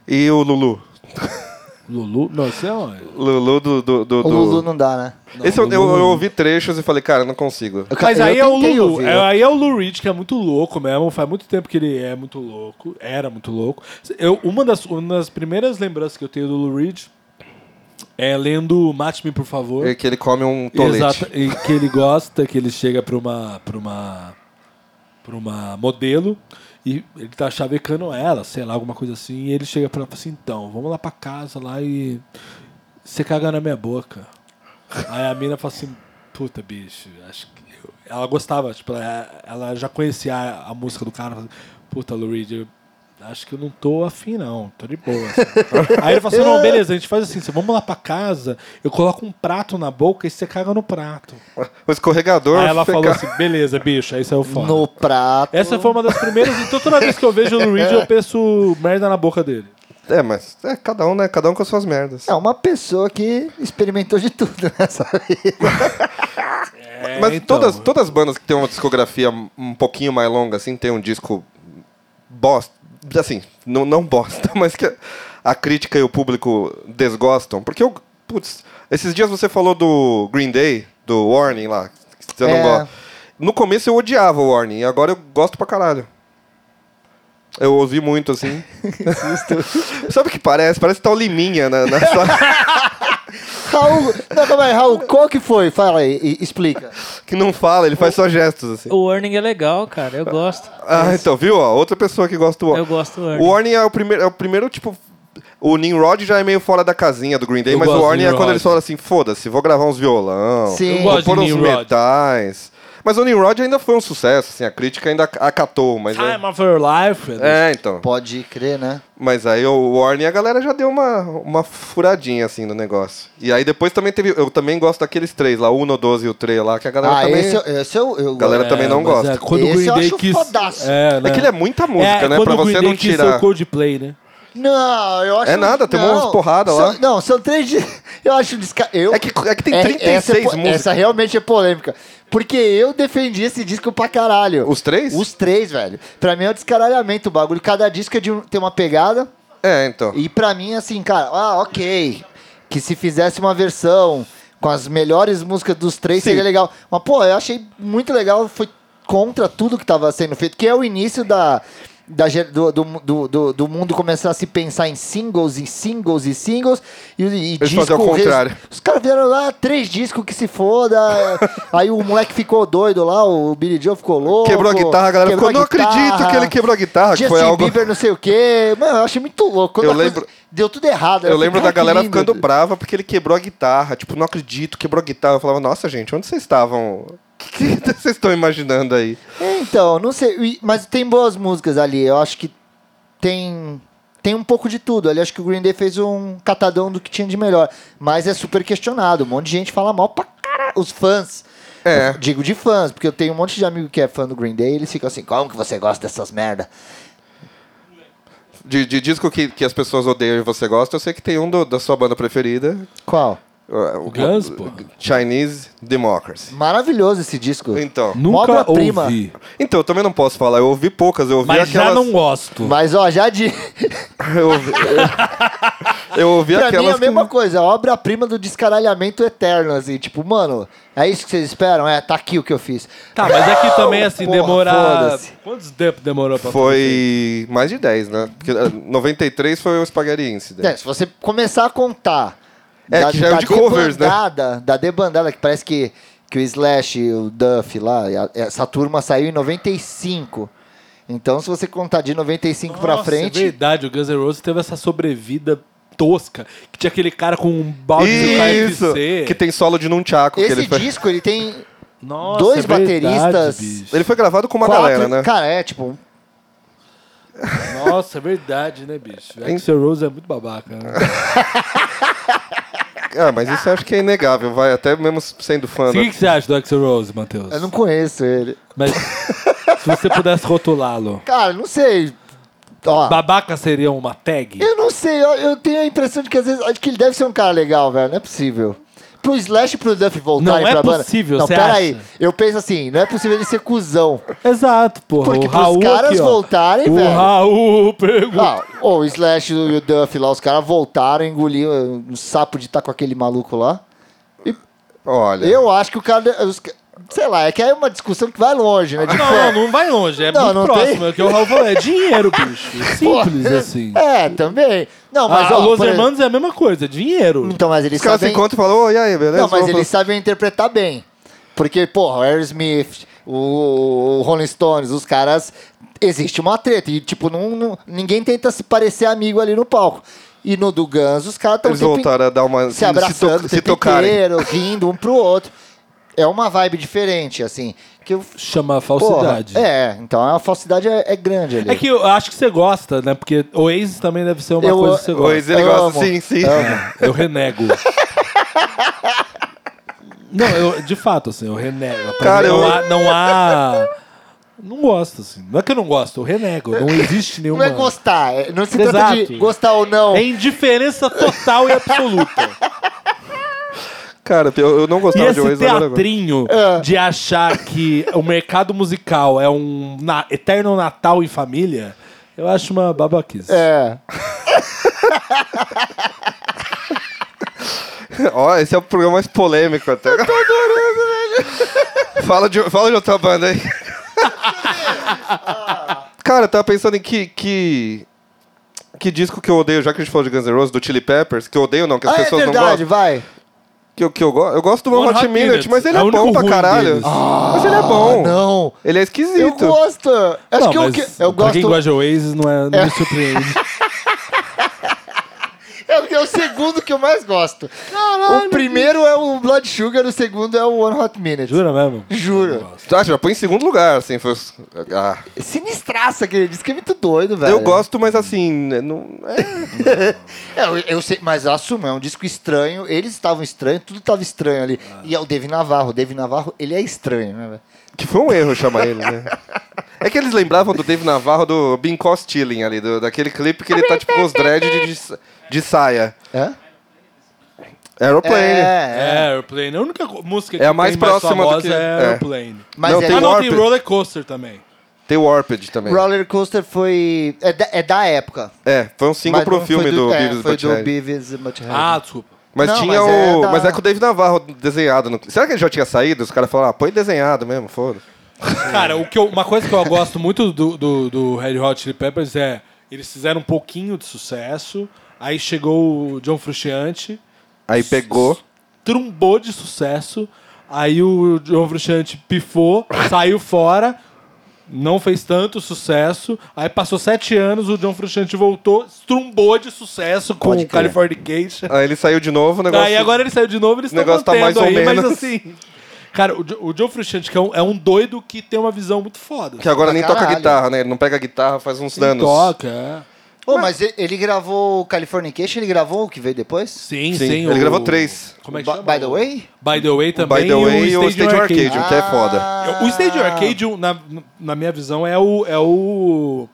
B: E o Lulu?
D: Lulu? Não, isso é onde?
B: Lulu do. do, do,
C: O
B: do-
C: Lulu não dá, né?
B: Esse eu- eu, eu ouvi trechos e falei, cara, não consigo.
C: Eu ca-
D: Mas
C: eu
D: aí é o
C: tentei
D: Lulu.
C: ouvir, né?
D: É,
C: eu-
D: aí é o Lou Reed, que é muito louco mesmo. Faz muito tempo que ele é muito louco. Era muito louco. Eu, uma, das, uma das primeiras lembranças que eu tenho do Lou Reed é lendo Mate Me, por favor.
B: É que ele come um tolete.
D: Exato. E que ele gosta, que ele chega pra uma. Pra uma pra uma modelo e ele tá chavecando ela, sei lá, alguma coisa assim. E ele chega pra ela e fala assim: então, vamos lá pra casa lá e. Você caga na minha boca. Aí a mina fala assim: puta, bicho, acho que. eu-" Ela gostava, tipo, ela, ela já conhecia a, a música do cara. fala assim, Puta, Lou Reed, eu acho que eu não tô afim, não. Tô de boa. assim." Aí ele fala assim: não, beleza, a gente faz assim: você vamos lá pra casa, eu coloco um prato na boca e você caga no prato.
B: O escorregador.
D: Aí ela
B: fica-
D: falou assim: beleza, bicho, aí saiu fora.
C: No prato.
D: Essa foi uma das primeiras. Então toda vez que eu vejo o Lou Reed, eu penso merda na boca dele.
B: É, mas é cada um, né? Cada um com as suas merdas.
C: É uma pessoa que experimentou de tudo nessa vida.
B: mas
D: então.
B: todas, todas as bandas que tem uma discografia um pouquinho mais longa, assim, tem um disco bosta. Assim, não, não bosta, mas que a crítica e o público desgostam. Porque eu. Putz, esses dias você falou do Green Day, do Warning lá. que Você
C: É.
B: não gosta. No começo eu odiava o Warning, e agora eu gosto pra caralho. Eu ouvi muito, assim. Sabe o que parece? Parece que tá o Liminha na, na sala.
C: Raul, não, calma aí, Raul, qual que foi? Fala aí, e- explica.
B: que não fala, ele faz só gestos, assim.
F: O Warning é legal, cara. Eu gosto.
B: Ah, então, viu? Ó, outra pessoa que gosta do Warning.
F: Eu gosto do Warning.
B: O Warning é o primeiro, é o primeiro tipo... O Nimrod já é meio fora da casinha do Green Day,
D: Eu
B: mas o
D: gosto do
B: Warning é
D: Nimrod.
B: quando eles falam assim, foda-se, vou gravar uns violão,
C: Sim. Eu
B: vou
D: gosto
B: pôr
D: de
B: uns
D: Nimrod.
B: metais. né? Mas o Nimrod ainda foi um sucesso, assim, a crítica ainda acatou, mas... é-
D: Time of your life. né?
B: É, então.
C: Pode crer, né?
B: Mas aí o Warning, a galera já deu uma, uma furadinha, assim, no negócio. E aí depois também teve... Eu também gosto daqueles três lá, o 1, o 12 e o 3 lá, que a galera
C: ah,
B: também...
D: é?
C: esse, eu- esse eu, eu
B: Galera
C: gosto.
B: também não
D: mas
B: gosta.
D: É, quando
C: Esse
D: o Green
C: eu
D: Day
C: acho
D: quis. né?
C: fodaço.
B: É que ele é muita música, né?
D: quando
B: Pra
D: o
B: você
D: Green
B: não
D: Day quis
B: tirar.
D: ser o Coldplay, né?
C: Não, eu acho
B: tá- É nada, tem
C: não.
B: umas porrada
C: São-
B: lá.
C: Não, são três. de- Eu acho desca... eu...
B: É que- é que tem
C: essa
B: 36
C: po-
B: músicas.
C: Essa realmente é polêmica. Porque eu defendi esse disco pra caralho.
B: Os três?
C: Os três, velho. Pra mim é um descaralhamento o bagulho. Cada disco é de um- tem uma pegada.
B: É, então.
C: E pra mim, assim, cara, ah, ok. Que se fizesse uma versão com as melhores músicas dos três seria legal. Mas, pô, eu achei muito legal. Foi contra tudo que tava sendo feito, que é o início da. Da, ger- do, do, do, do- do mundo começar a se pensar em singles e singles e singles e, e
B: Eles
C: disco
B: faziam ao
C: res-
B: contrário.
C: Os caras vieram lá, três discos que se foda. aí o moleque ficou doido lá, o Billy Joe ficou louco.
B: Quebrou a guitarra, a galera ficou,
C: quebrou a
B: "Não acredito que ele quebrou a guitarra", que
C: Justin
B: foi algo-
C: Bieber, não sei o quê. Mano, eu achei muito louco. Quando
B: Eu
C: a coisa-
B: lembro-
C: Deu tudo errado.
B: Eu lembro da galera ficando
C: brava.
B: brava porque ele quebrou a guitarra. Tipo, não acredito, quebrou a guitarra. Eu falava, nossa, gente, onde vocês estavam? O que, que vocês estão imaginando aí?
C: Então, não sei. e- Mas tem boas músicas ali. Eu acho que tem. Tem um pouco de tudo. Ali acho que o Green Day fez um catadão do que tinha de melhor. Mas é super questionado. Um monte de gente fala mal pra caralho. Os fãs.
B: É.
C: Eu digo de fãs, porque eu tenho um monte de amigo que é fã do Green Day, eles ficam assim, como que você gosta dessas merda?
B: De, de disco que, que as pessoas odeiam e você gosta, eu sei que tem um do- da sua banda preferida.
C: Qual?
B: uh, O
D: Guns, pô.
B: Chinese Democracy.
C: Maravilhoso esse disco.
B: Então.
D: Nunca
C: obra-prima.
D: ouvi.
B: Então, eu também não posso falar. Eu ouvi poucas, eu ouvi
D: Mas
B: aquelas.
D: já não gosto.
C: Mas ó, já de.
B: eu ouvi, eu ouvi
C: pra
B: aquelas.
C: mim é a
B: que-
C: mesma coisa, a obra-prima do descaralhamento eterno, assim, tipo, mano, é isso que vocês esperam? É, tá aqui o que eu fiz.
D: Tá, mas aqui também, assim,
C: Porra,
D: demorar.
C: foda-se.
D: Quantos tempos demorou pra
B: Foi mais de 10, né? Porque ah, 93 foi o Spaghetti Incident.
C: É, se você começar a contar
B: É, que já é o de covers, né?
C: debandada, da debandada, que parece que Que o Slash e o Duff lá, e a- essa turma saiu em 95. Então, se você contar de 95 pra
D: Nossa,
C: frente,
D: É verdade, o Guns N' Roses teve essa sobrevida tosca, que tinha aquele cara com um balde
B: Isso!
D: do KFC.
B: Que tem solo de nunchaku que
C: esse
B: ele fez.
C: disco ele tem
D: Nossa,
C: dois
D: é verdade,
C: bateristas.
D: bicho.
B: Ele foi gravado com uma
C: quatro.
B: galera, né?
C: Cara, é tipo.
D: Nossa, é verdade, né, bicho? Axel Rose é muito babaca. Né?
B: Ah, mas isso eu acho que é inegável, vai. Até mesmo sendo fã.
D: Assim,
B: né?
D: O
B: da-
D: que, que você acha do Axel Rose, Matheus?
C: Eu não conheço ele.
D: Mas se você pudesse rotulá-lo,
C: Cara, não sei. Ó,
D: babaca seria uma tag?
C: eu não sei, eu, eu tenho a impressão de que às vezes. Acho que ele deve ser um cara legal, velho. Não é possível. Pro Slash e pro Duff voltarem
D: Não é
C: pra banda.
D: possível,
C: não,
D: você
C: peraí.
D: acha?
C: Eu penso assim, não é possível ele ser cuzão.
D: Exato, porra.
C: Porque
D: o
C: pros
D: Raul
C: caras
D: aqui, ó.
C: voltarem,
D: o
C: velho.
D: Raul pegou.
C: Ah, o Slash e o Duff lá, os caras voltaram, engoliu um sapo de estar com aquele maluco lá.
B: Olha.
C: Eu acho que o cara. os ca- sei lá, é que aí é uma discussão que vai longe, né? De fé.
D: Ah, Não, não vai longe, é
C: Não,
D: muito
C: não
D: próximo.
C: tem.
D: É o que o Raul falou, é dinheiro, bicho. Simples assim.
C: É, também. Não, mas
D: ah,
C: ó,
D: Los
C: por exemplo-
D: Hermanos é a mesma coisa, é dinheiro.
C: Então, mas eles
B: Os caras se
C: sabem.
B: encontram e falam, ô, e aí, beleza?
C: Não, mas
B: Vamos
C: eles sabem interpretar bem. Porque, porra, o Aerosmith, o, o Rolling Stones, os caras. Existe uma treta. E, tipo, não, não- ninguém tenta se parecer amigo ali no palco. E no do Guns, os caras estão
B: Eles voltaram a dar uma.
C: se abraçando,
B: to-
C: se, inteiro, rindo um pro outro. É uma vibe diferente, assim. Que eu, porra,
D: Chama falsidade.
C: é, então a falsidade é, é grande ali.
D: É que eu acho que você gosta, né? Porque Oasis também deve ser uma
C: Eu-
D: coisa que você gosta. É,
B: Pois ele
C: Eu
B: gosta,
C: amo.
B: sim, sim.
D: Eu renego. não, eu, de fato, assim, eu renego. Pra
B: Cara,
D: mim,
B: eu-
D: não, há, não há- não gosto, assim. Não é que eu não gosto, eu renego. Não existe
C: não
D: nenhuma.
C: é gostar, é- não se trata de
D: Exato.
C: gostar ou não.
D: É indiferença total e absoluta.
B: Cara, eu, eu não
D: E
B: gostava de
D: esse
B: Waze agora.
D: teatrinho
C: É.
D: de achar que o mercado musical é um na- eterno Natal em família, eu acho uma babaquice.
C: É.
B: Ó, esse é o programa mais polêmico até. Eu tô adorando, velho. fala, de, fala de outra banda aí. Cara, eu tava pensando em que, que. Que disco que eu odeio, já que a gente falou de Guns N' Roses, do Chili Peppers, que eu odeio não, que as
C: Ah, é
B: pessoas
C: verdade,
B: não gostam.
C: vai.
B: Que, eu- que eu, go eu gosto do One Hot Minute, mas ele
D: É
B: é,
D: o único
B: bom pra
D: ruim
B: caralho.
D: deles.
B: mas ele é bom.
C: Ah, Não.
B: Ele é
C: Eu
B: esquisito.
C: gosto. Acho
D: Não,
C: que eu,
D: mas
C: que- eu
D: pra
C: gosto.
D: quem gosta de Oasis não, é, não me surpreende.
C: É, é o segundo que eu mais gosto. O primeiro é o Blood Sugar, o segundo é o One Hot Minute.
D: Jura mesmo?
C: Juro.
B: Ah, já põe em segundo lugar, assim. Foi... os- Ah.
C: Sinistraça aquele disco, é muito doido, velho.
B: Eu gosto, mas assim, né, não. é.
C: É, eu, eu sei, mas eu assumo, é um disco estranho. Eles estavam estranhos, tudo estava estranho ali. E é o Dave Navarro. O Dave Navarro, ele é estranho, né, velho?
B: Que foi um erro chamar ele, né? É que eles lembravam do Dave Navarro do Bincó Stealing ali, do- daquele clipe que ele tá tipo com os dread de, de, de saia.
C: Hã?
B: Aeroplane.
C: É, é.
D: É, Airplane. A única co- música que
B: É a mais
D: tem mais
B: próxima do
D: famosa
B: que-
D: é
B: é.
D: Airplane.
C: Mas
B: não,
C: é-
B: tem, um
D: Ah, não, tem
B: Warped,
D: Roller Coaster também.
B: tem Warped também.
C: Roller Coaster foi. É da, é da época.
B: É, foi um single
C: Mas
B: pro
C: não foi
B: filme do,
C: é,
B: Beavis
C: Foi do
B: Butthead.
C: Beavis Butthead.
D: Ah, desculpa.
B: Mas
C: Não,
B: tinha
C: mas é
B: o.
C: da-
B: Mas é com o Dave Navarro desenhado. No... Será que ele já tinha saído? Os caras falaram, ah, põe desenhado mesmo, foda.
D: Cara, o que eu- uma coisa que eu gosto muito do, do, do Red Hot Chili Peppers é... Eles fizeram um pouquinho de sucesso, aí chegou o John Frusciante,
B: Aí pegou.
D: trumbou de sucesso, aí o John Frusciante pifou, saiu fora... Não fez tanto sucesso. Aí passou sete anos, o John Frusciante voltou, trumbou de sucesso com
C: Pode
D: o
C: crer.
D: Californication.
B: Aí ele saiu de novo, o negócio.
D: Aí agora ele saiu de novo, eles
B: O
D: estão
B: negócio
D: mantendo
B: tá mais ou
D: aí, mas
B: menos.
D: assim... Cara, o, Jo- o John Frusciante que é, um, é um doido que tem uma visão muito foda.
B: Que agora nem toca
C: Caralho.
B: guitarra, né? Ele não pega a guitarra, faz uns
D: Ele
B: danos.
D: toca, é.
C: Ô, mas ele- ele gravou o Californication, ele gravou o que veio depois?
D: Sim,
B: Sim,
D: sim.
B: ele gravou três.
D: Como é que
C: By-
D: chama?
C: By the way?
D: By the Way também
B: By the way,
D: e
B: o Stage Arcade,
D: Arcade.
B: que é foda.
C: Ah.
D: O Stage Arcade, um, na, na minha visão, é o... É o...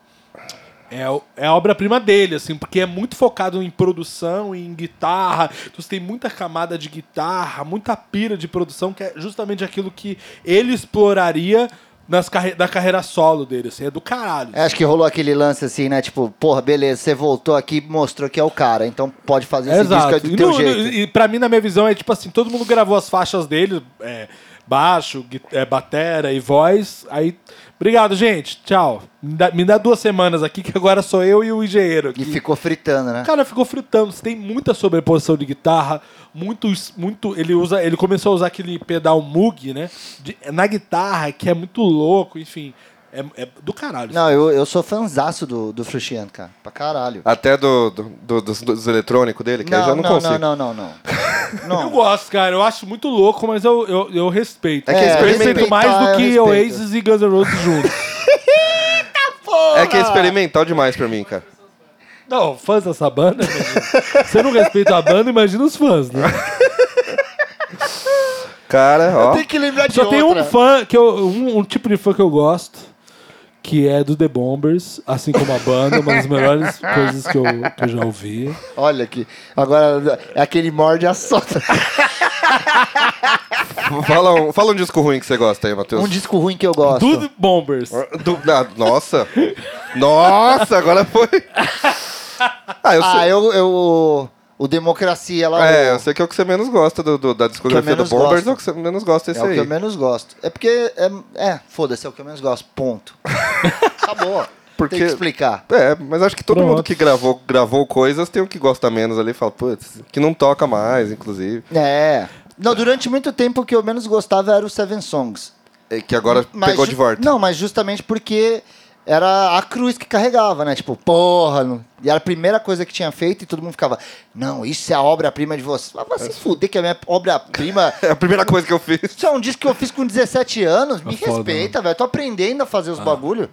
D: É, o- é a obra-prima dele, assim, porque é muito focado em produção, em guitarra. Então você tem muita camada de guitarra, muita pira de produção, que é justamente aquilo que ele exploraria nas carre da carreira solo dele, assim, é do caralho.
C: É, acho que rolou aquele lance assim, né? Tipo, porra, beleza, você voltou aqui e mostrou que é o cara, então pode fazer esse disco aí
D: Exato.
C: do
D: E,
C: teu
D: no- no-
C: jeito.
D: e pra mim, na minha visão, é tipo assim, todo mundo gravou as faixas dele, é, baixo, gui- é, batera e voz. Aí, obrigado, gente. Tchau. Me dá, me dá duas semanas aqui, que agora sou eu e o engenheiro.
C: E
D: Aqui.
C: ficou fritando, né?
D: O cara ficou fritando. Você tem muita sobreposição de guitarra, muito, muito. Ele usa, ele começou a usar aquele pedal Moog, né? de- na guitarra, que é muito louco. Enfim, é, é do caralho.
C: Não, eu, eu sou fanzaço do, do Frusciante, cara. Pra caralho.
B: Até do, do- do- dos, dos eletrônicos dele, que aí já não,
C: não,
B: consigo.
C: não, não, não, não.
D: Eu
C: Não.
D: gosto, cara. Eu acho muito louco, mas eu, eu, eu respeito.
B: É que
D: Ah, eu respeito
C: experimentar,
D: mais do que
C: eu respeito.
D: Oasis e Guns N' Roses juntos.
B: É que é experimental demais pra mim, cara.
D: não, fãs dessa banda, imagina. Você não respeita a banda, imagina os fãs, né?
B: Cara, ó.
C: Tem que lembrar de
D: Só tem um
C: outra.
D: fã, que eu, um, um tipo de fã que eu gosto, que é do The Bombers, assim como a banda, uma das melhores coisas que eu, que eu já ouvi.
C: Olha aqui. Agora é aquele morde e assota.
B: Fala um, fala um disco ruim que você gosta aí, Matheus.
C: Um disco ruim que eu gosto.
D: Do The Bombers.
B: Do- ah, nossa! nossa, agora foi. Ah, eu sei.
C: Ah, eu, eu. O Democracia lá.
B: é,
C: o-
B: eu sei que é o que você menos gosta do, do- da discografia do
C: menos
B: Bombers,
C: gosto.
B: é o que você menos gosta esse
C: é o
B: aí.
C: que eu menos gosto. É porque. É, é, foda-se, é o que eu menos gosto. Ponto. Acabou.
B: Porque-
C: Tem que explicar.
B: É, mas acho que todo
D: Pronto.
B: mundo que gravou, gravou coisas tem um que gosta menos ali e fala, putz, que não toca mais, inclusive.
C: É. Não, durante muito tempo o que eu menos gostava era o Seven Songs.
B: É, que agora
C: Mas
B: pegou
C: ju-
B: de volta.
C: Não, mas justamente porque era a cruz que carregava, né? Tipo, porra. não- E era a primeira coisa que tinha feito e todo mundo ficava, não, isso é a obra-prima de você. Mas vai se fuder que a minha obra-prima.
B: É a primeira coisa que eu fiz.
C: Isso é um disco que eu fiz com 17 anos. Me
D: É foda,
C: respeita, velho. Tô aprendendo a fazer os bagulho.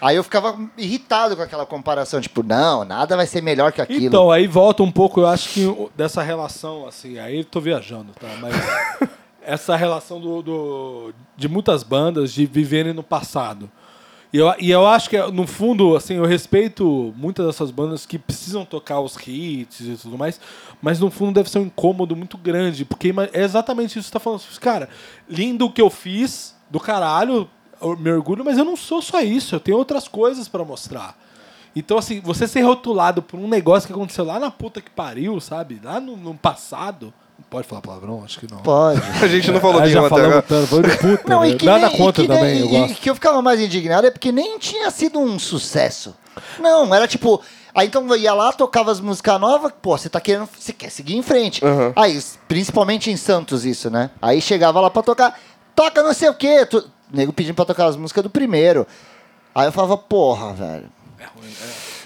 C: Aí eu ficava irritado com aquela comparação. Tipo, não, nada vai ser melhor que aquilo.
D: Então, aí volta um pouco, eu acho que o- dessa relação, assim, aí eu tô viajando, tá? Mas essa relação do, do- de muitas bandas de viverem no passado. E eu, e eu acho que, no fundo, assim, eu respeito muitas dessas bandas que precisam tocar os hits e tudo mais, mas no fundo deve ser um incômodo muito grande, porque ima- é exatamente isso que você tá falando. Cara, lindo o que eu fiz, do caralho, eu me orgulho, mas eu não sou só isso, eu tenho outras coisas pra mostrar. Então, assim, você ser rotulado por um negócio que aconteceu lá na puta que pariu, sabe? Lá no, no passado. Não pode falar palavrão? Acho que não.
C: Pode.
B: A gente não falou
D: Ah, já
B: nenhuma até
D: falamos
B: agora.
D: tanto, falou de puta.
C: Não,
D: né?
C: e que
D: Nada
C: nem- e
D: contra
C: que nem-
D: também, eu
C: e
D: gosto.
C: que eu ficava mais indignado é porque nem tinha sido um sucesso. Não, era tipo. Aí então eu ia lá, tocava as músicas novas, pô, você tá querendo. Você quer seguir em frente. Aí, s- principalmente em Santos, isso, né? Aí chegava lá pra tocar, toca não sei o quê. tu- nego pedindo pra tocar as músicas do primeiro. Aí eu falava, porra, velho.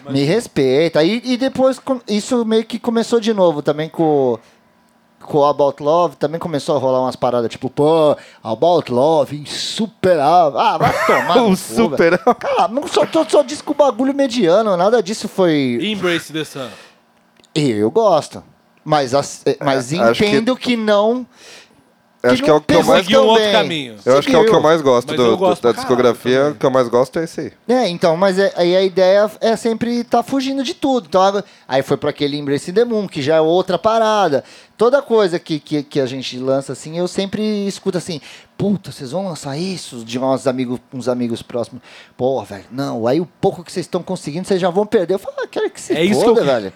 C: Me respeita. E, e depois com- isso meio que começou de novo também com com o About Love também começou a rolar umas paradas tipo, pô, About Love, insuperável. Ah, vai tomar.
B: Um
C: no cu, velho.
B: super.
C: Cara, não só, só, só disco bagulho mediano, nada disso foi.
D: Embrace the Sun.
C: E eu gosto. Mas, as- eh, mas
B: É, acho
C: entendo que, não.
B: Acho que é o que eu
C: pegou
B: mais.
D: Seguiu
C: tão
D: outro
C: bem.
D: caminho.
B: Eu acho que é o que eu
C: Seguiu.
B: mais gosto,
D: Mas
B: do-
D: eu
B: do-
D: gosto
B: da
D: pra caralho
B: discografia.
D: também.
B: O que eu mais gosto é esse aí.
C: É, então, mas é- aí a ideia é sempre tá fugindo de tudo. Então, agora- aí foi para aquele Embrace the Moon, que já é outra parada. Toda coisa que, que, que a gente lança, assim, eu sempre escuto assim, puta, vocês vão lançar isso de uns amigos, uns amigos próximos. Pô, velho, não, aí o pouco que vocês estão conseguindo, vocês já vão perder. Eu falo, ah, quero que se
D: É isso que
C: foda,
D: eu-
C: velho.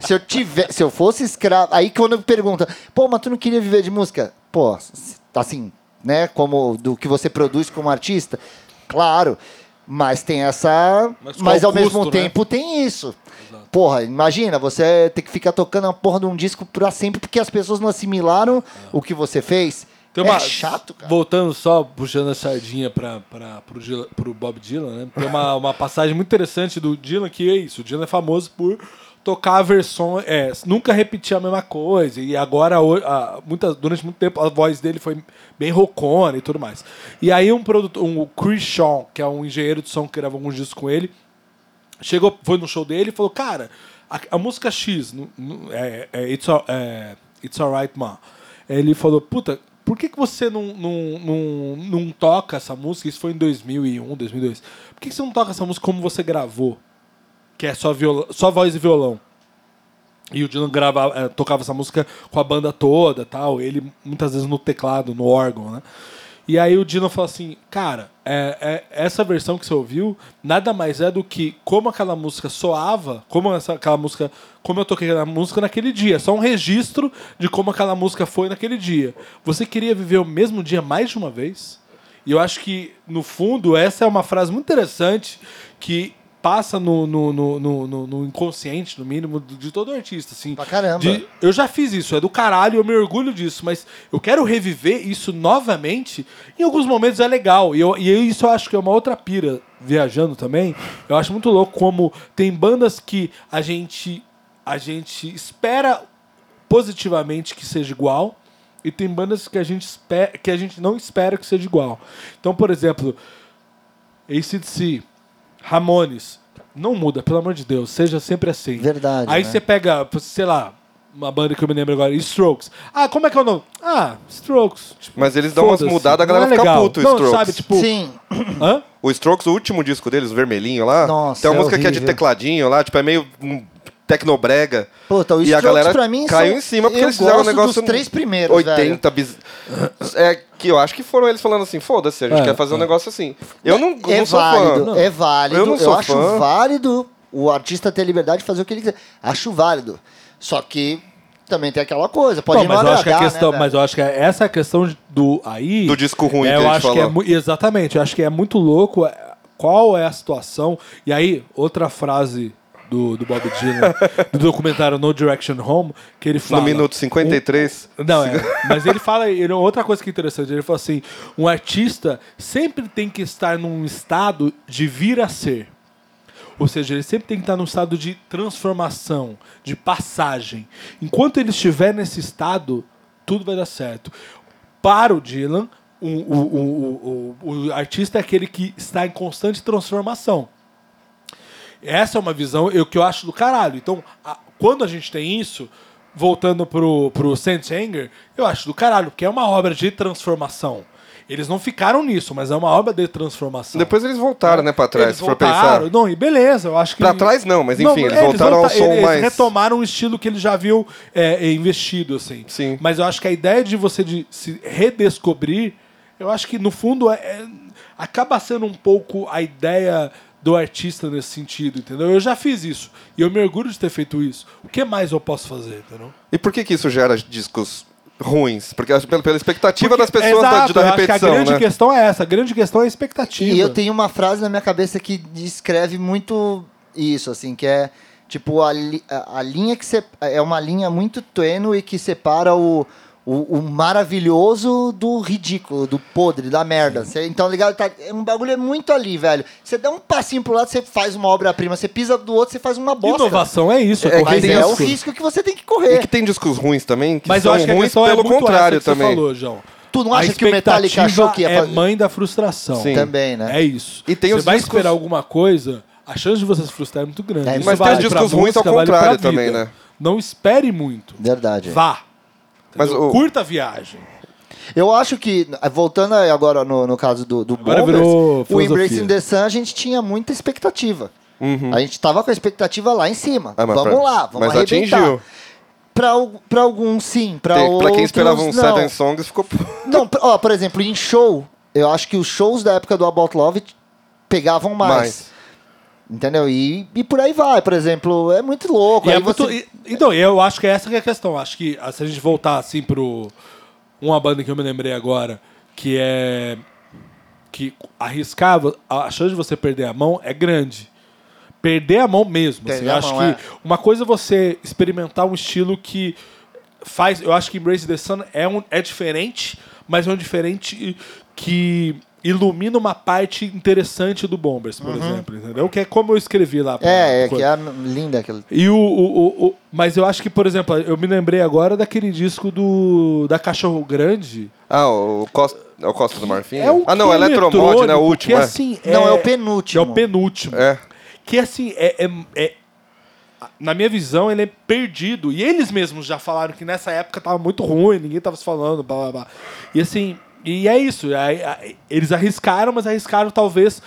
C: Se eu tiver, se eu fosse escravo, aí quando eu pergunta, pô, mas tu não queria viver de música? Pô, s- assim, né, como do que você produz como artista? Claro, mas tem essa,
D: Mas
C: mas,
D: qual o
C: ao mesmo
D: custo, né?
C: tempo tem isso. Porra, imagina, você ter que ficar tocando a porra de um disco pra sempre porque as pessoas não assimilaram o que você fez.
D: É. Tem
C: é
D: uma-
C: chato, cara.
D: Voltando só, puxando a sardinha pra, pra, pro, Dylan- pro Bob Dylan, né? Tem uma, uma passagem muito interessante do Dylan, que é isso. O Dylan é famoso por tocar versões... É, nunca repetir a mesma coisa. E agora, ho- a- muitas- durante muito tempo, a voz dele foi bem rocona e tudo mais. E aí um produtor, um, o Chris Shaw, que é um engenheiro de som que gravou alguns discos com ele, chegou, foi no show dele e falou, cara, a, a música X, no- no- é, é, it's, Al- é, It's Alright Ma, ele falou, puta, por que, que você não, não, não, não toca essa música? Isso foi em 2001, 2002. Por que, que você não toca essa música como você gravou? Que é só, viola, só voz e violão. E o Dylan gravava, eh, tocava essa música com a banda toda, tal, ele muitas vezes no teclado, no órgão, né? E aí o Dylan falou assim, cara, é- é- essa versão que você ouviu nada mais é do que como aquela música soava, como essa, aquela música, como eu toquei aquela música naquele dia. É Só um registro de como aquela música foi naquele dia. Você queria viver o mesmo dia mais de uma vez? E eu acho que, no fundo, essa é uma frase muito interessante que passa no, no, no, no- no- no inconsciente, no mínimo, de de todo artista. Assim,
C: Pra caramba.
D: De, eu já fiz isso, é do caralho, eu me orgulho disso, mas eu quero reviver isso novamente. Em alguns momentos é legal, e, eu- e isso eu acho que é uma outra pira, viajando também. Eu acho muito louco como tem bandas que a gente, a gente espera positivamente que seja igual, e tem bandas que a gente, espera, que a gente não espera que seja igual. Então, por exemplo, ACDC, Ramones. Não muda, pelo amor de Deus. Seja sempre assim.
C: Verdade,
D: Aí
C: né?
D: você pega, sei lá, uma banda que eu me lembro agora, Strokes. Ah, como é que é o nome? Ah, Strokes. Tipo,
B: Mas eles dão umas
D: foda-se.
B: mudadas, a
D: Não
B: galera
D: é
B: fica
D: legal.
B: puto,
D: Não,
B: Strokes.
D: sabe, tipo...
C: Sim,
D: Hã?
B: O Strokes, o último disco deles, o vermelhinho lá,
C: Nossa,
B: tem uma
C: é
B: música que é de
C: horrível.
B: tecladinho lá, tipo, é meio hum, tecnobrega.
C: Puta, o
B: e a
C: Strokes
B: galera
C: pra mim
B: caiu
C: são-
B: em cima porque
C: eu
B: eles fizeram um
C: gosto dos
B: negócio...
C: três primeiros,
B: 80 bis... É que eu acho que foram eles falando assim, foda-se, a gente
D: É,
B: quer fazer um negócio assim. Eu não,
C: é
B: não sou
C: válido,
B: fã.
C: é válido.
B: Eu
C: Eu,
B: não sou
C: acho
B: fã.
C: válido o artista ter liberdade de fazer o que ele quiser. Acho válido. Só que também tem aquela coisa, pode
D: Não,
C: não
D: mas eu acho que a
C: agradar, né,
D: questão,
C: velho?
D: mas eu acho que essa é a questão do aí
B: Do disco ruim
D: é,
B: que a
D: eu
B: gente
D: acho que é
B: falou.
D: mu- exatamente, eu acho que é muito louco é, qual é a situação. E aí outra frase do, do Bob Dylan do documentário No Direction Home, que ele fala
B: No minuto 53,
D: um- não, é, mas ele fala ele, outra coisa que é interessante, ele fala assim: um artista sempre tem que estar num estado de vir a ser. Ou seja, ele sempre tem que estar num estado de transformação, de passagem. Enquanto ele estiver nesse estado, tudo vai dar certo. Para o Dylan, o, o- o- o- o- o artista é aquele que está em constante transformação. Essa é uma visão eu, que eu acho do caralho. Então, a- quando a gente tem isso, voltando pro, pro Saint Anger, eu acho do caralho, porque é uma obra de transformação. Eles não ficaram nisso, mas é uma obra de transformação.
B: depois eles voltaram, né, pra trás,
D: Eles
B: se for
D: voltaram,
B: pensar.
D: Não, e beleza, eu acho que.
B: Pra trás não, mas enfim, eles
D: é,
B: voltaram ao som
D: eles
B: mais-
D: retomaram um estilo que eles já haviam é, investido, assim.
B: Sim.
D: Mas eu acho que a ideia de você de se redescobrir, eu acho que no fundo é- é- acaba sendo um pouco a ideia do artista nesse sentido, entendeu? Eu já fiz isso. E eu me orgulho de ter feito isso. O que mais eu posso fazer, entendeu?
B: E por que que isso gera discos ruins? Porque acho que pela, pela expectativa das
D: Porque-
B: pessoas da,
D: Exato,
B: da
D: eu acho que a
B: repetição,
D: grande
B: né?
D: questão é essa. A grande questão é a expectativa.
C: E eu tenho uma frase na minha cabeça que descreve muito isso, assim, que é tipo a, li- a- a linha que se, é uma linha muito tênue que separa o, o, o maravilhoso do ridículo, do podre, da merda. Cê- então, ligado, tá, é um bagulho é muito ali, velho. Você dá um passinho pro lado, você faz uma obra-prima, você pisa do outro, você faz uma bosta.
D: Inovação é isso.
B: É que
C: Mas
D: correr
B: tem
C: é
D: risco.
C: o risco que você tem que
B: E
C: correr.
B: que tem discos ruins também, que
D: Mas eu
B: são
D: acho que a
B: ruins
D: questão é
B: pelo
D: muito
B: contrário
D: essa que
B: também.
D: Você falou, João.
C: Tu não
D: A
C: acha que o Metallica achou que ia
D: expectativa
C: fazer-
D: é mãe da frustração.
B: Sim.
C: Também, né?
D: É isso.
B: E tem
D: você
B: os
D: vai
B: discos-
D: esperar alguma coisa, a chance de você se frustrar é muito grande.
C: É,
D: Isso
C: mas tem
D: vale
C: os
B: discos
D: pra
B: ruins ao
D: música, vale pra
B: contrário
D: vida.
B: também, né?
D: Não espere muito.
C: Verdade.
D: Vá.
B: Mas
D: Entendeu?
B: o-
D: Curta a viagem.
C: Eu acho que, voltando aí agora no, no caso do, do
D: Agora
C: Bombers,
D: virou
C: o
D: filosofia.
C: Embracing the Sun a gente tinha muita expectativa. A gente tava com a expectativa lá em cima.
B: Uhum. Ah, mas
C: vamos
B: pra-
C: lá, vamos
B: mas
C: arrebentar.
B: atingiu.
C: Pra, al- pra alguns sim, pra
B: Tem-
C: outros
B: pra quem esperava um
C: Então, não.
B: Seven Songs, ficou...
C: Não, pra- ó, por exemplo, em show, eu acho que os shows da época do About Love pegavam mais.
B: Mais.
C: Entendeu? E, e por aí vai, por exemplo, é muito louco.
D: E
C: aí
D: é muito-
C: você-
D: e- então, eu acho que é essa que é a questão. Acho que ah, se a gente voltar assim pro. Uma banda que eu me lembrei agora, que é. Que arriscava, a chance de você perder a mão é grande. Perder a mão mesmo. Assim,
C: Perder
D: eu
C: a
D: acho
C: mão,
D: que
C: é.
D: uma coisa é você experimentar um estilo que faz. Eu acho que Embrace the Sun é, um, é diferente, mas é um diferente que ilumina uma parte interessante do Bombers, por exemplo, entendeu? Que é como eu escrevi lá. pra-
C: Uhum. É, é
D: coisa.
C: que é linda aquela.
D: E o, o- o- o- Mas eu acho que, por exemplo, eu me lembrei agora daquele disco do. Da Cachorro Grande.
B: Ah, o Costa, é o Costa do Marfim?
D: É um
B: ah, não,
D: que
B: é Eletromod, né? O
D: eletrônico,
B: último,
D: que,
B: é.
D: assim,
C: Não, é o penúltimo.
D: É o penúltimo.
B: É.
D: Que assim, é, é- é- Na minha visão, ele é perdido. E eles mesmos já falaram que nessa época tava muito ruim, ninguém tava se falando, blá blá blá. E assim, e é isso. Aí, aí, Eles arriscaram, mas arriscaram talvez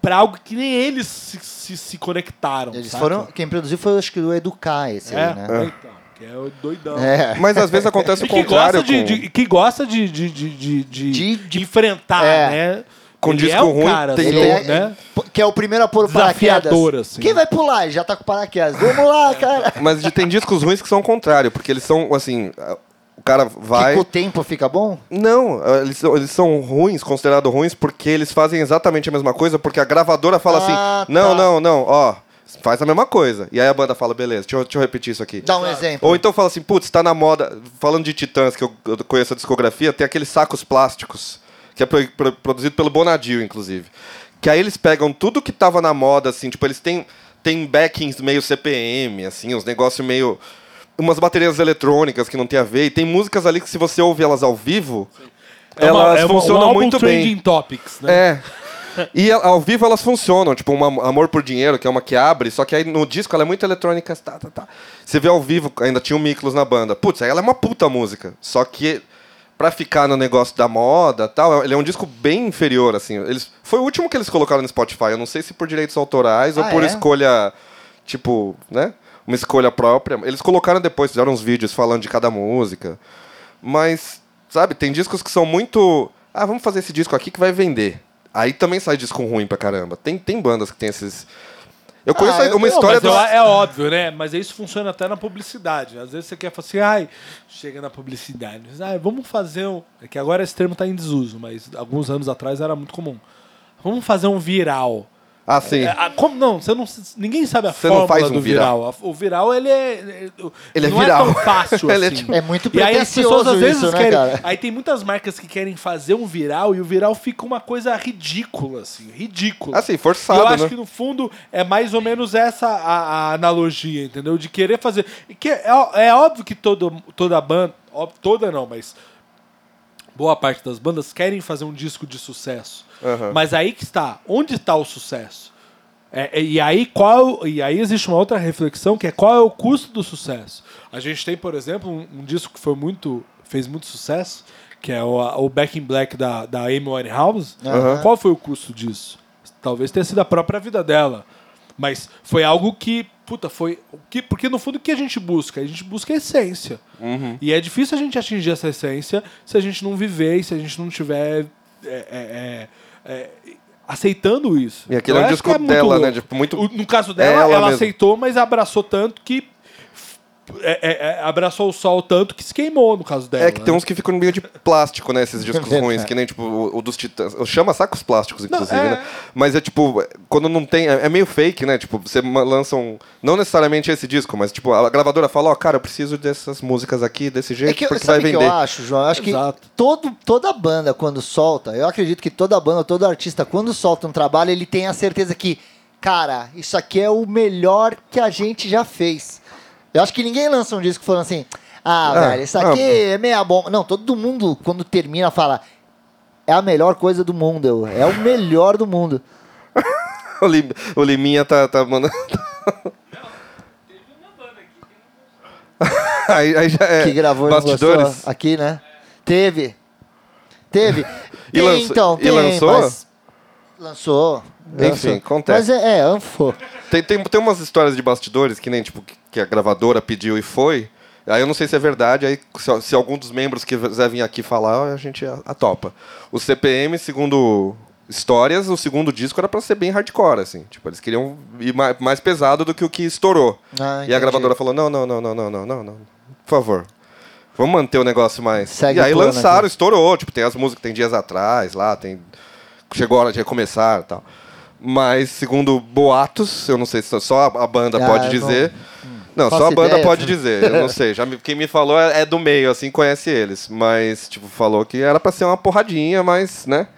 D: pra algo que nem eles se, se- se conectaram.
C: Eles
D: saca?
C: foram. Quem produziu foi acho que o Educar esse
D: É,
C: aí, né?
D: então. Que é o doidão.
C: É.
B: Mas às vezes acontece
D: E
B: o
D: que
B: contrário
D: gosta, de,
B: com,
D: de- que gosta de, de, de, de- de
C: De- de-
D: enfrentar,
C: é.
D: né?
B: Com
D: Ele
B: disco
D: é um
B: ruim,
D: cara,
B: tem
D: assim,
C: Ele
B: Então,
C: é,
D: né?
C: que é o primeiro a pôr o paraquedas.
D: Desafiador, assim.
C: Quem vai pular? Já tá com o paraquedas. Vamos lá, cara.
B: Mas de- tem discos ruins que são o contrário, porque eles são, assim, a- o cara vai...
C: Que com o tempo fica bom?
B: Não, ah, eles são, eles são ruins, considerados ruins, porque eles fazem exatamente a mesma coisa, porque a gravadora fala
C: Ah,
B: assim, não,
C: tá.
B: não, não, ó, faz a mesma coisa. E aí a banda fala, beleza, deixa eu, deixa eu repetir isso aqui.
C: Dá um exemplo.
B: Ou então fala assim, putz, tá na moda. Falando de Titãs, que eu, eu conheço a discografia, tem aqueles sacos plásticos, que é pro- pro- produzido pelo Bonadio, inclusive. Que aí eles pegam tudo que tava na moda, assim, tipo, eles têm, têm backings meio CPM, assim, uns negócios meio. Umas baterias eletrônicas que não tem a ver. E tem músicas ali que, se você ouvir elas ao vivo,
D: É uma-
B: elas
D: é uma-
B: funcionam
D: um álbum
B: muito bem.
D: Trending Topics, né?
B: É. E a- ao vivo elas funcionam, tipo, uma Amor por Dinheiro, que é uma que abre, só que aí no disco ela é muito eletrônica, tá, tá, tá. Você vê ao vivo, ainda tinha o Miklos na banda. Putz, aí ela é uma puta música. Só que pra ficar no negócio da moda tal, ele é um disco bem inferior, assim. Eles, foi o último que eles colocaram no Spotify, eu não sei se por direitos autorais ou
C: Ah,
B: por
C: é?
B: escolha, tipo, né? Uma escolha própria. Eles colocaram depois, fizeram uns vídeos falando de cada música. Mas, sabe, tem discos que são muito. Ah, vamos fazer esse disco aqui que vai vender. Aí também sai disco ruim pra caramba. Tem, tem bandas que tem esses. Eu conheço
C: eu-
B: uma
C: não,
B: história
D: Mas
B: do.
D: Ah, eu- é óbvio, né? Mas isso funciona até na publicidade. Às vezes você quer falar assim, ai, chega na publicidade. diz, Ai, vamos fazer um. É que agora esse termo está em desuso, mas alguns anos atrás era muito comum. Vamos fazer um viral.
B: Ah, sim.
D: É, a- como não? Você não ninguém sabe a
B: Você não
D: fórmula
B: faz um
D: do viral. A- O viral ele é
B: Ele é
D: não
B: viral.
D: é tão fácil
B: Ele é
D: assim.
B: tipo-
C: É muito
D: E aí as pessoas às
C: pretencioso
D: vezes
C: isso, né,
D: querem.
C: cara?
D: Aí tem muitas marcas que querem fazer um viral e o viral fica uma coisa ridícula, assim, ridícula.
B: Assim, forçado,
D: Eu acho
B: né?
D: que no fundo é mais ou menos essa a, a analogia, entendeu? De querer fazer. E que é, ó- é óbvio que todo, toda banda. ó- Toda não, mas boa parte das bandas querem fazer um disco de sucesso.
B: Aham.
D: Mas aí que está. Onde está o sucesso? É, é, e, aí qual, e aí existe uma outra reflexão que é qual é o custo do sucesso. A gente tem, por exemplo, um, um disco que foi muito, fez muito sucesso, que é o, o Back in Black da, da Amy Winehouse. Qual foi o custo disso? Talvez tenha sido a própria vida dela. Mas foi algo que, puta, foi. o Que, porque no fundo o que a gente busca? A gente busca a essência. E é difícil a gente atingir essa essência se a gente não viver e se a gente não tiver é, é, é, é, aceitando isso.
B: E aquele é
D: Eu
B: um
D: acho
B: disco
D: que muito
B: dela,
D: louco.
B: né? Tipo, muito-
D: O- no caso
B: É
D: dela,
B: ela
D: ela,
B: mesmo.
D: aceitou, mas abraçou tanto que. é, é, é, abraçou o sol tanto que se queimou, no caso dela.
B: É que tem
D: né?
B: uns que ficam meio de plástico, né? Esses discos
C: verdade.
B: ruins, que nem tipo o, o dos Titãs. Eu chama sacos plásticos, inclusive,
D: é.
B: né? Mas é tipo, quando não tem. É é meio fake, né? Tipo, você ma- lança um. Não necessariamente esse disco, mas tipo, a gravadora fala: Ó, cara, eu preciso dessas músicas aqui, desse jeito,
C: É que, eu-
B: porque vai
C: sabe o que
B: vender.
C: eu acho, João? Eu acho que
D: Exato.
C: todo, toda banda, quando solta, eu acredito que toda banda, todo artista, quando solta um trabalho, ele tem a certeza que, cara, isso aqui é o melhor que a gente já fez. Eu acho que ninguém lança um disco falando assim, ah,
B: Ah,
C: velho, isso aqui é meia bomba. Não, todo mundo, quando termina, fala, é a melhor coisa do mundo, é o melhor do mundo.
B: O, Lim- o Liminha tá, tá mandando. aí, aí já é.
C: que gravou e não
B: Bastidores.
C: lançou aqui, né? Teve. Teve.
B: E
C: Tem,
B: lançou-
C: então,
B: e
C: tem,
B: lançou?
C: mas- Lançou.
B: Enfim,
C: lançou.
B: acontece.
C: Mas é, é anfo.
B: Tem, tem, tem umas histórias de bastidores que nem, tipo, que- que a gravadora pediu e foi. Aí eu não sei se é verdade, aí se, se algum dos membros que quiser vir aqui falar, a gente a- atopa. O CPM, segundo histórias, o segundo disco era pra ser bem hardcore, assim. Tipo, eles queriam ir mais, mais pesado do que o que estourou.
C: Ah,
B: e a
C: entendi.
B: gravadora falou, não, não, não, não, não, não, não, não. Por favor. Vamos manter o negócio mais.
C: Segue
B: e aí
C: o plano
B: lançaram,
C: aqui.
B: estourou. Tipo, tem as músicas, tem dias atrás lá, tem. Chegou a hora de recomeçar e tal. Mas, segundo boatos, eu não sei se só a a banda
C: Ah,
B: pode
C: eu
B: dizer. Não,
C: faço
B: só a banda
C: ideia.
B: pode dizer. Eu não sei. Já me- quem me falou é, é do meio, assim, conhece eles. Mas, tipo, falou que era pra ser uma porradinha, mas, né?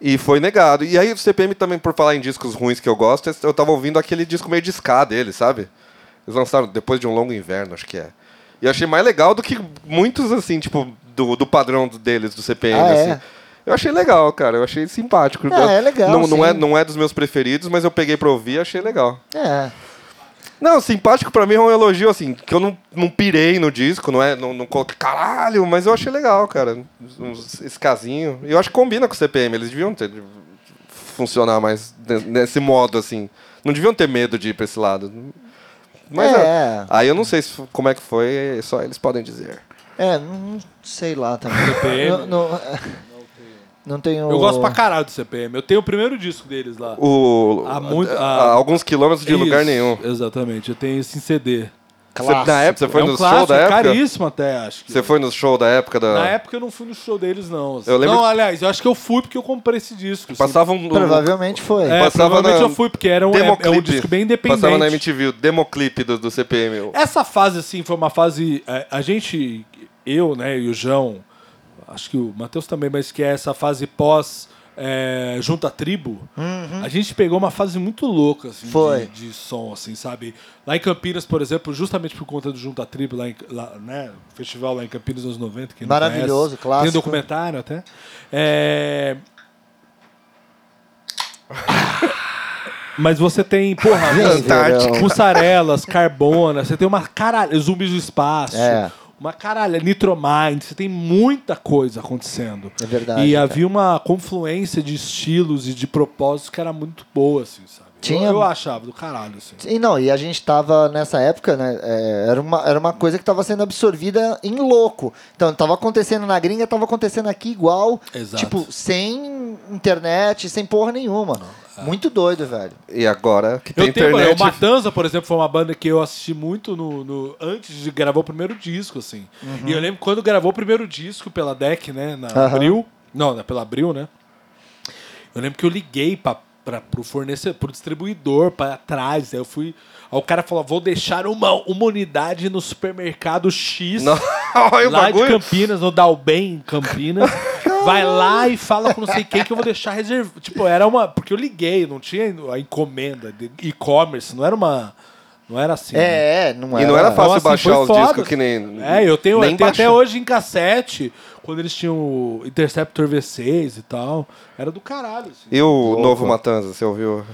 B: E foi negado. E aí o CPM também, por falar em discos ruins que eu gosto, eu tava ouvindo aquele disco meio de ska dele, sabe? Eles lançaram depois de um longo inverno, acho que é. E eu achei mais legal do que muitos, assim, tipo, do, do padrão do- deles, do CPM,
C: Ah, é?
B: assim. Eu achei legal, cara. Eu achei simpático.
C: Ah, é legal,
B: Não, não, é,
C: sim.
B: não é dos meus preferidos, mas eu peguei pra ouvir e achei legal.
C: É.
B: Não, simpático pra mim é um elogio, assim, que eu não, não pirei no disco, não é? Não, não coloquei caralho, mas eu achei legal, cara. Uns- Esse casinho. E eu acho que combina com o CPM, eles deviam ter. funcionar mais de- nesse modo, assim. Não deviam ter medo de ir pra esse lado. Mas
C: É.
B: é, aí eu não sei se f- como é que foi, só eles podem dizer.
C: É, não sei lá também.
D: TPM?
C: Não, não, não tenho.
B: um
D: Eu gosto pra caralho do CPM. Eu tenho o primeiro disco deles lá.
B: O,
D: Há muito-
B: a-
D: há-
B: a alguns quilômetros de lugar
D: Isso,
B: nenhum.
D: Exatamente, eu tenho esse em CD.
B: Você, na época, você foi
D: é um
B: no
D: clássico,
B: show da
D: é
B: época?
D: caríssimo até, acho que.
B: Você foi no show da época da.
D: Na época eu não fui no show deles, não. assim.
B: Eu lembro
D: Não,
B: que-
D: aliás, eu acho que eu fui porque eu comprei esse disco. assim.
B: Passava um.
C: Provavelmente foi.
D: É,
B: passava
D: provavelmente
B: na-
D: eu fui, porque era um, é, é um disco bem independente.
B: Passava na MTV, o democlipe do, do CPM. o-
D: Essa fase, assim, foi uma fase. A, a gente, eu, né, e o João, acho que o Matheus também, mas que é essa fase pós. é, junta à tribo, a gente pegou uma fase muito louca assim,
C: Uhum. Foi.
D: De, de som, assim, sabe? Lá em Campinas, por exemplo, justamente por conta do Junta à Tribo, lá, em, lá né? o Festival lá em Campinas nos 90, que
C: Maravilhoso,
D: Tem um
C: clássico.
D: documentário até. É, Mas você tem, porra,
C: Vem,
B: Antártica.
C: verão.
D: mussarelas, carbona, você tem uma caralho, zumbis do espaço,
C: É.
D: uma caralho, nitromind, você tem muita coisa acontecendo.
C: É verdade,
D: E
C: cara.
D: havia uma confluência de estilos e de propósitos que era muito boa, assim, sabe? Eu-
C: Tinha-
D: Eu, achava do caralho, assim.
C: E não, e a gente tava nessa época, né? é, era, uma, era uma coisa que tava sendo absorvida em louco. Então, tava acontecendo na gringa, tava acontecendo aqui igual.
D: Exato.
C: Tipo, sem internet, sem porra nenhuma.
D: é.
C: Muito doido, velho.
B: E agora que tem
D: eu tenho, é
B: internet.
D: o Matanza, por exemplo, foi uma banda que eu assisti muito no, no- antes de gravar o primeiro disco, assim.
B: Uhum.
D: E eu lembro quando gravou o primeiro disco pela Deck, né, na
C: Aham.
D: Abril, não, na- pela Abril, né? Eu lembro que eu liguei pra, pra, pro fornecedor, pro distribuidor, pra trás. Aí eu fui. Aí o cara falou: vou deixar uma, uma unidade no supermercado X.
B: Não, olha o
D: lá de
B: bagulho.
D: Campinas, no Dalben, em Campinas. Vai lá e fala com não sei quem que eu vou deixar reservado. Tipo, era uma. Porque eu liguei, não tinha a encomenda de e-commerce, não era uma. Não era assim. né?
C: É, é, não
B: E
C: era.
B: não era fácil
D: Então, assim,
B: baixar
D: foi
B: os
D: foda.
B: discos que nem.
D: É, eu tenho,
B: nem
D: eu tenho até
B: baixar.
D: hoje em cassete, quando eles tinham o Interceptor V6 e tal. Era do caralho. Assim.
B: E o novo Matanza, você ouviu?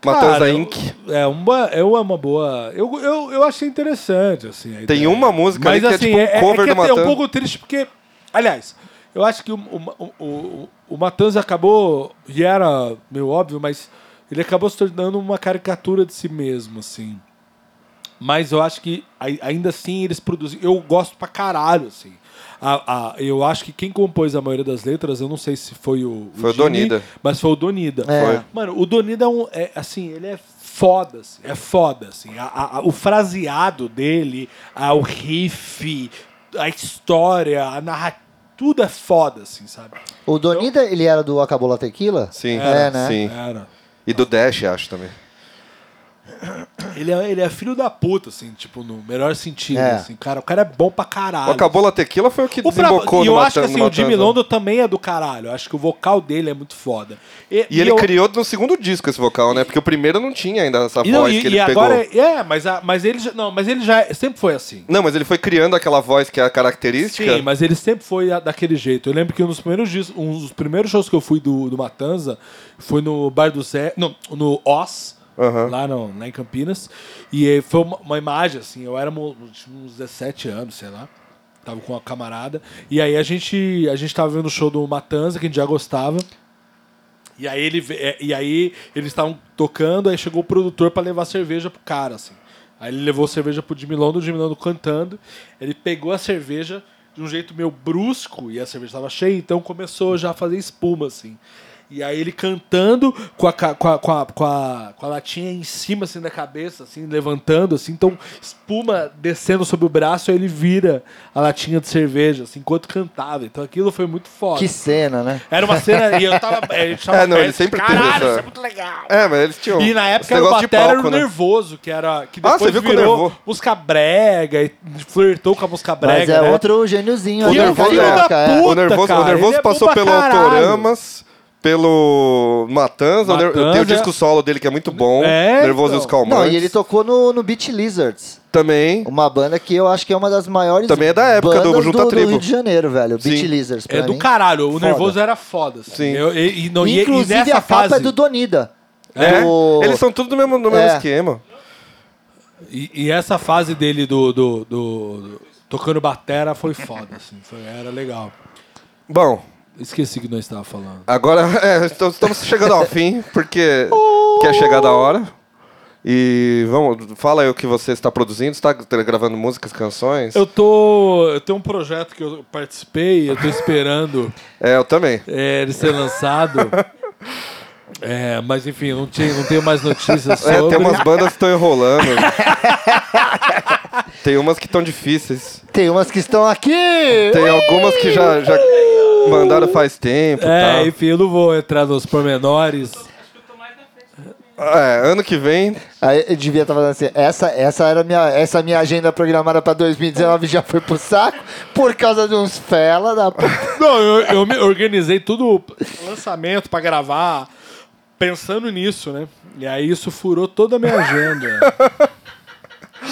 D: Cara,
B: Matanza
D: eu-
B: Inc.
D: É uma, é uma boa. Eu, eu, eu achei interessante, assim. a
B: Tem
D: ideia.
B: uma música ali
D: Mas,
B: que é
D: assim,
B: tipo um
D: é, é
B: cover
D: que
B: do
D: é um
B: Matanza.
D: pouco triste, porque. Aliás, eu acho que o, o, o, o- o Matanza acabou. E era meio óbvio, mas ele acabou se tornando uma caricatura de si mesmo, assim. Mas eu acho que ai- ainda assim eles produzem. Eu gosto pra caralho, assim. A, a- eu acho que quem compôs a maioria das letras, eu não sei se foi o.
B: Foi o
D: Jimmy,
B: Donida.
D: Mas foi o Donida.
C: É. Foi.
D: Mano, o Donida é um. é, assim, ele é foda, assim. É foda, assim. A- a- a- o fraseado dele, a- o riff, a história, a narrativa. Tudo é foda, assim, sabe?
C: O Donida, ele era do Acabou La Tequila?
B: Sim,
C: É, né?
B: sim.
D: Era.
B: E do Dash, acho também.
D: Ele é, ele é filho da puta, assim, tipo, no melhor sentido,
C: É.
D: assim. Cara, o cara é bom pra
B: O
D: caralho.
B: Acabou a Tequila foi o que
D: O pra-
B: desembocou
D: E
B: no
D: eu acho que
B: Matanza-
D: assim,
B: no
D: o Jimmy
B: Matanza.
D: Londo também é do caralho. Eu acho que o vocal dele é muito foda.
B: E ele
D: eu-
B: criou no segundo disco esse vocal, né? Porque o primeiro não tinha ainda essa
D: e, não,
B: voz
D: e,
B: que ele
D: e
B: pegou.
D: agora é, é, mas, a- mas ele já, não, mas ele já sempre foi assim.
B: Não, mas ele foi criando aquela voz que é a característica.
D: Sim, mas ele sempre foi a- daquele jeito. Eu lembro que um dos primeiros dias, um dos primeiros shows que eu fui do, do Matanza foi no Bar do Zé, não, no Oz,
B: Aham.
D: lá, no, lá em Campinas. E eh, foi uma, uma imagem, assim, eu era mo- eu tinha uns 17 anos, sei lá. Tava com uma camarada. E aí a gente, a gente tava vendo o show do Matanza, que a gente já gostava. E aí, ele, ve- é, e aí eles estavam tocando, aí chegou o produtor pra levar cerveja pro cara, assim. Aí ele levou cerveja pro Jimmy Londo, o Jimmy Londo cantando. Ele pegou a cerveja de um jeito meio brusco, e a cerveja estava cheia, então começou já a fazer espuma, assim. E aí ele cantando com a, ca- com a, com a, com a, com a latinha em cima, assim, da cabeça, assim, levantando, assim. Então, espuma descendo sobre o braço, aí ele vira a latinha de cerveja, assim, enquanto cantava. Então aquilo foi muito foda.
C: Que cena, né?
D: Era uma cena e eu tava. A gente tava
B: É, não,
D: perto,
B: ele sempre
D: caralho,
B: teve essa-
D: isso é muito legal.
B: É, mas eles tinham.
D: E na
B: esse
D: época era o
B: negócio de
D: Batera era
B: palco,
D: o
B: né?
D: Nervoso, que era. Que
B: Ah,
D: depois
B: você viu que o
D: virou
B: Nervoso-
D: música brega e flertou com a música brega.
C: Mas é
D: né?
C: outro gêniozinho.
D: O
C: ali,
D: Nervoso
C: cara,
D: é-
C: cara, é.
D: Puta,
B: o nervoso,
D: cara,
B: o nervoso
D: ele é bom
B: passou
D: pra
B: pelo
D: caralho.
B: Autoramas, pelo Matanza, o Ner-
D: Matanza.
B: tem o disco solo dele que é muito bom,
D: É,
B: Nervoso e os
D: então.
B: Calmantes.
C: Não, e ele tocou no, no Beat Lizards.
B: também.
C: Uma banda que eu acho que é uma das maiores
B: Também é da época do
C: bandas
B: Junta
C: do,
B: Tribo.
C: Rio de Janeiro, velho. Beat
B: Sim.
C: Lizards, pra
D: É do
C: mim.
D: caralho, o
C: Foda.
D: nervoso era foda. assim.
B: Sim.
D: Eu- e, e, não, e- e
C: Inclusive
D: nessa
C: a capa
D: fase,
C: é do Donida.
B: É,
C: Do-
B: Eles são tudo do mesmo, do mesmo
C: É.
B: esquema.
D: e, e essa fase dele do, do, do- do- tocando batera foi foda, assim, foi, era legal.
B: Bom,
D: Esqueci que nós estávamos falando.
B: agora é, então estamos chegando ao fim, porque quer chegar da é hora. E vamos, fala aí o que você está produzindo. Você está gravando músicas, canções?
D: Eu tô. Eu tenho um projeto que eu participei, eu tô esperando
B: É, eu também.
D: é, ele ser lançado. É, mas enfim, não, tinha, não tenho mais notícias sobre.
B: É, tem umas bandas que estão enrolando. tem umas que estão difíceis.
C: Tem umas que estão aqui!
B: Tem algumas que já, já mandaram faz tempo.
D: É,
B: É,
D: enfim, eu não vou entrar nos pormenores.
B: é, ano que vem.
C: Aí eu devia estar falando assim, essa, essa era minha, essa minha agenda programada pra 2019 já foi pro saco por causa de uns fela da p-
D: Não, eu, eu me organizei tudo lançamento pra gravar, pensando nisso, né? E aí isso furou toda a minha agenda.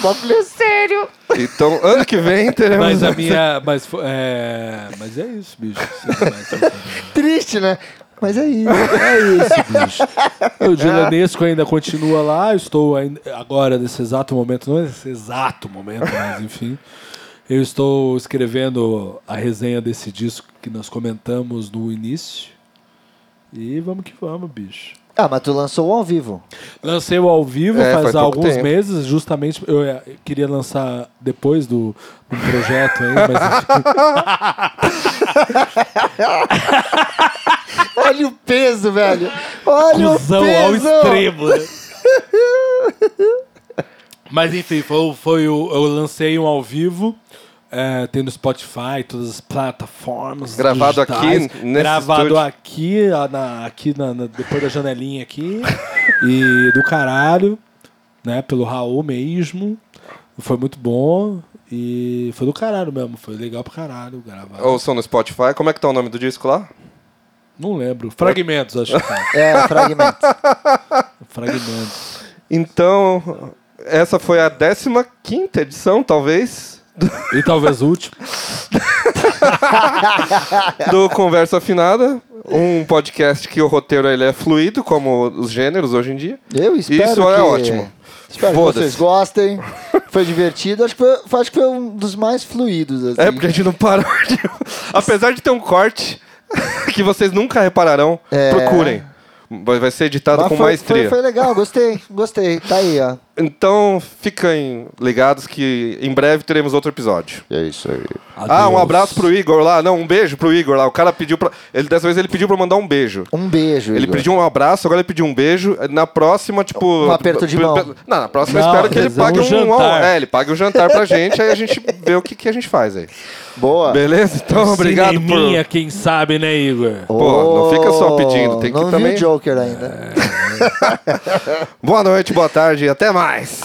C: Falei, sério.
B: Então, ano que vem teremos.
D: Mas a minha. Mas, fo- é, mas é isso, bicho.
C: Triste, né? Mas é isso, é isso.
D: O Dilanesco ainda continua lá, eu estou ainda, agora nesse exato momento, não é nesse exato momento, mas enfim. Eu estou escrevendo a resenha desse disco que nós comentamos no início. E vamos que vamos, bicho.
C: Ah, mas tu lançou ao vivo.
D: Lancei o ao vivo
B: É,
D: faz,
B: faz pouco
D: alguns
B: tempo.
D: meses, justamente. Eu eh, queria lançar depois do, do projeto aí, mas.
C: Olha o peso, velho. Olha
D: Cusão
C: o
D: ao
C: peso.
D: extremo, né? Mas enfim, foi, foi o, eu lancei um ao vivo. eh, tem no Spotify, todas as plataformas.
B: Gravado
D: digitais.
B: aqui, nesse
D: Gravado
B: estúdio.
D: aqui, ah, na, aqui na- na- depois da janelinha aqui. e do caralho, né? Pelo Raul mesmo. Foi muito bom. E foi do caralho mesmo. Foi legal pra caralho gravar.
B: Ouçam no Spotify. Como é que tá o nome do disco lá?
D: Não lembro. Fragmentos, acho que tá.
C: É, fragmento.
D: Fragmentos.
B: Então, essa foi a 15 quinta edição, talvez,
D: E talvez o último.
B: do Conversa Afinada. Um podcast que o roteiro ele é fluido, como os gêneros hoje em dia.
C: Eu espero
B: Isso
C: que...
B: é ótimo.
C: Espero que
B: Foda-se.
C: vocês gostem. Foi divertido. Acho que foi, acho que foi um dos mais fluidos, assim.
B: É, porque a gente não parou de... Apesar de ter um corte que vocês nunca repararão,
C: É.
B: procurem. Vai vai ser editado
C: Mas
B: Tá com
C: foi,
B: maestria.
C: foi, foi legal, gostei, gostei. Tá aí, ó.
B: Então, fiquem ligados que em breve teremos outro episódio.
C: É isso aí.
B: Ah, um abraço pro Igor lá. Não, um beijo pro Igor lá. O cara pediu pra... Ele, dessa vez ele pediu pra mandar um beijo.
C: Um beijo.
B: Ele
C: Igor.
B: pediu um abraço, agora ele pediu um beijo. Na próxima, tipo.
C: Um aperto de
B: pe-
C: mão.
B: pe- Não, na próxima eu
D: Não,
B: espero que ele
D: quer dizer,
B: pague
D: um
B: um,
D: jantar.
B: É, ele pague um jantar pra gente, aí a gente vê o que, que a gente faz aí.
C: Boa.
B: Beleza? Então, obrigado por.
D: Cineminha, quem sabe, né, Igor?
B: Pô, não fica só pedindo, tem que
C: não vi
B: também-
C: o Joker ainda.
B: Boa noite, boa tarde e até mais.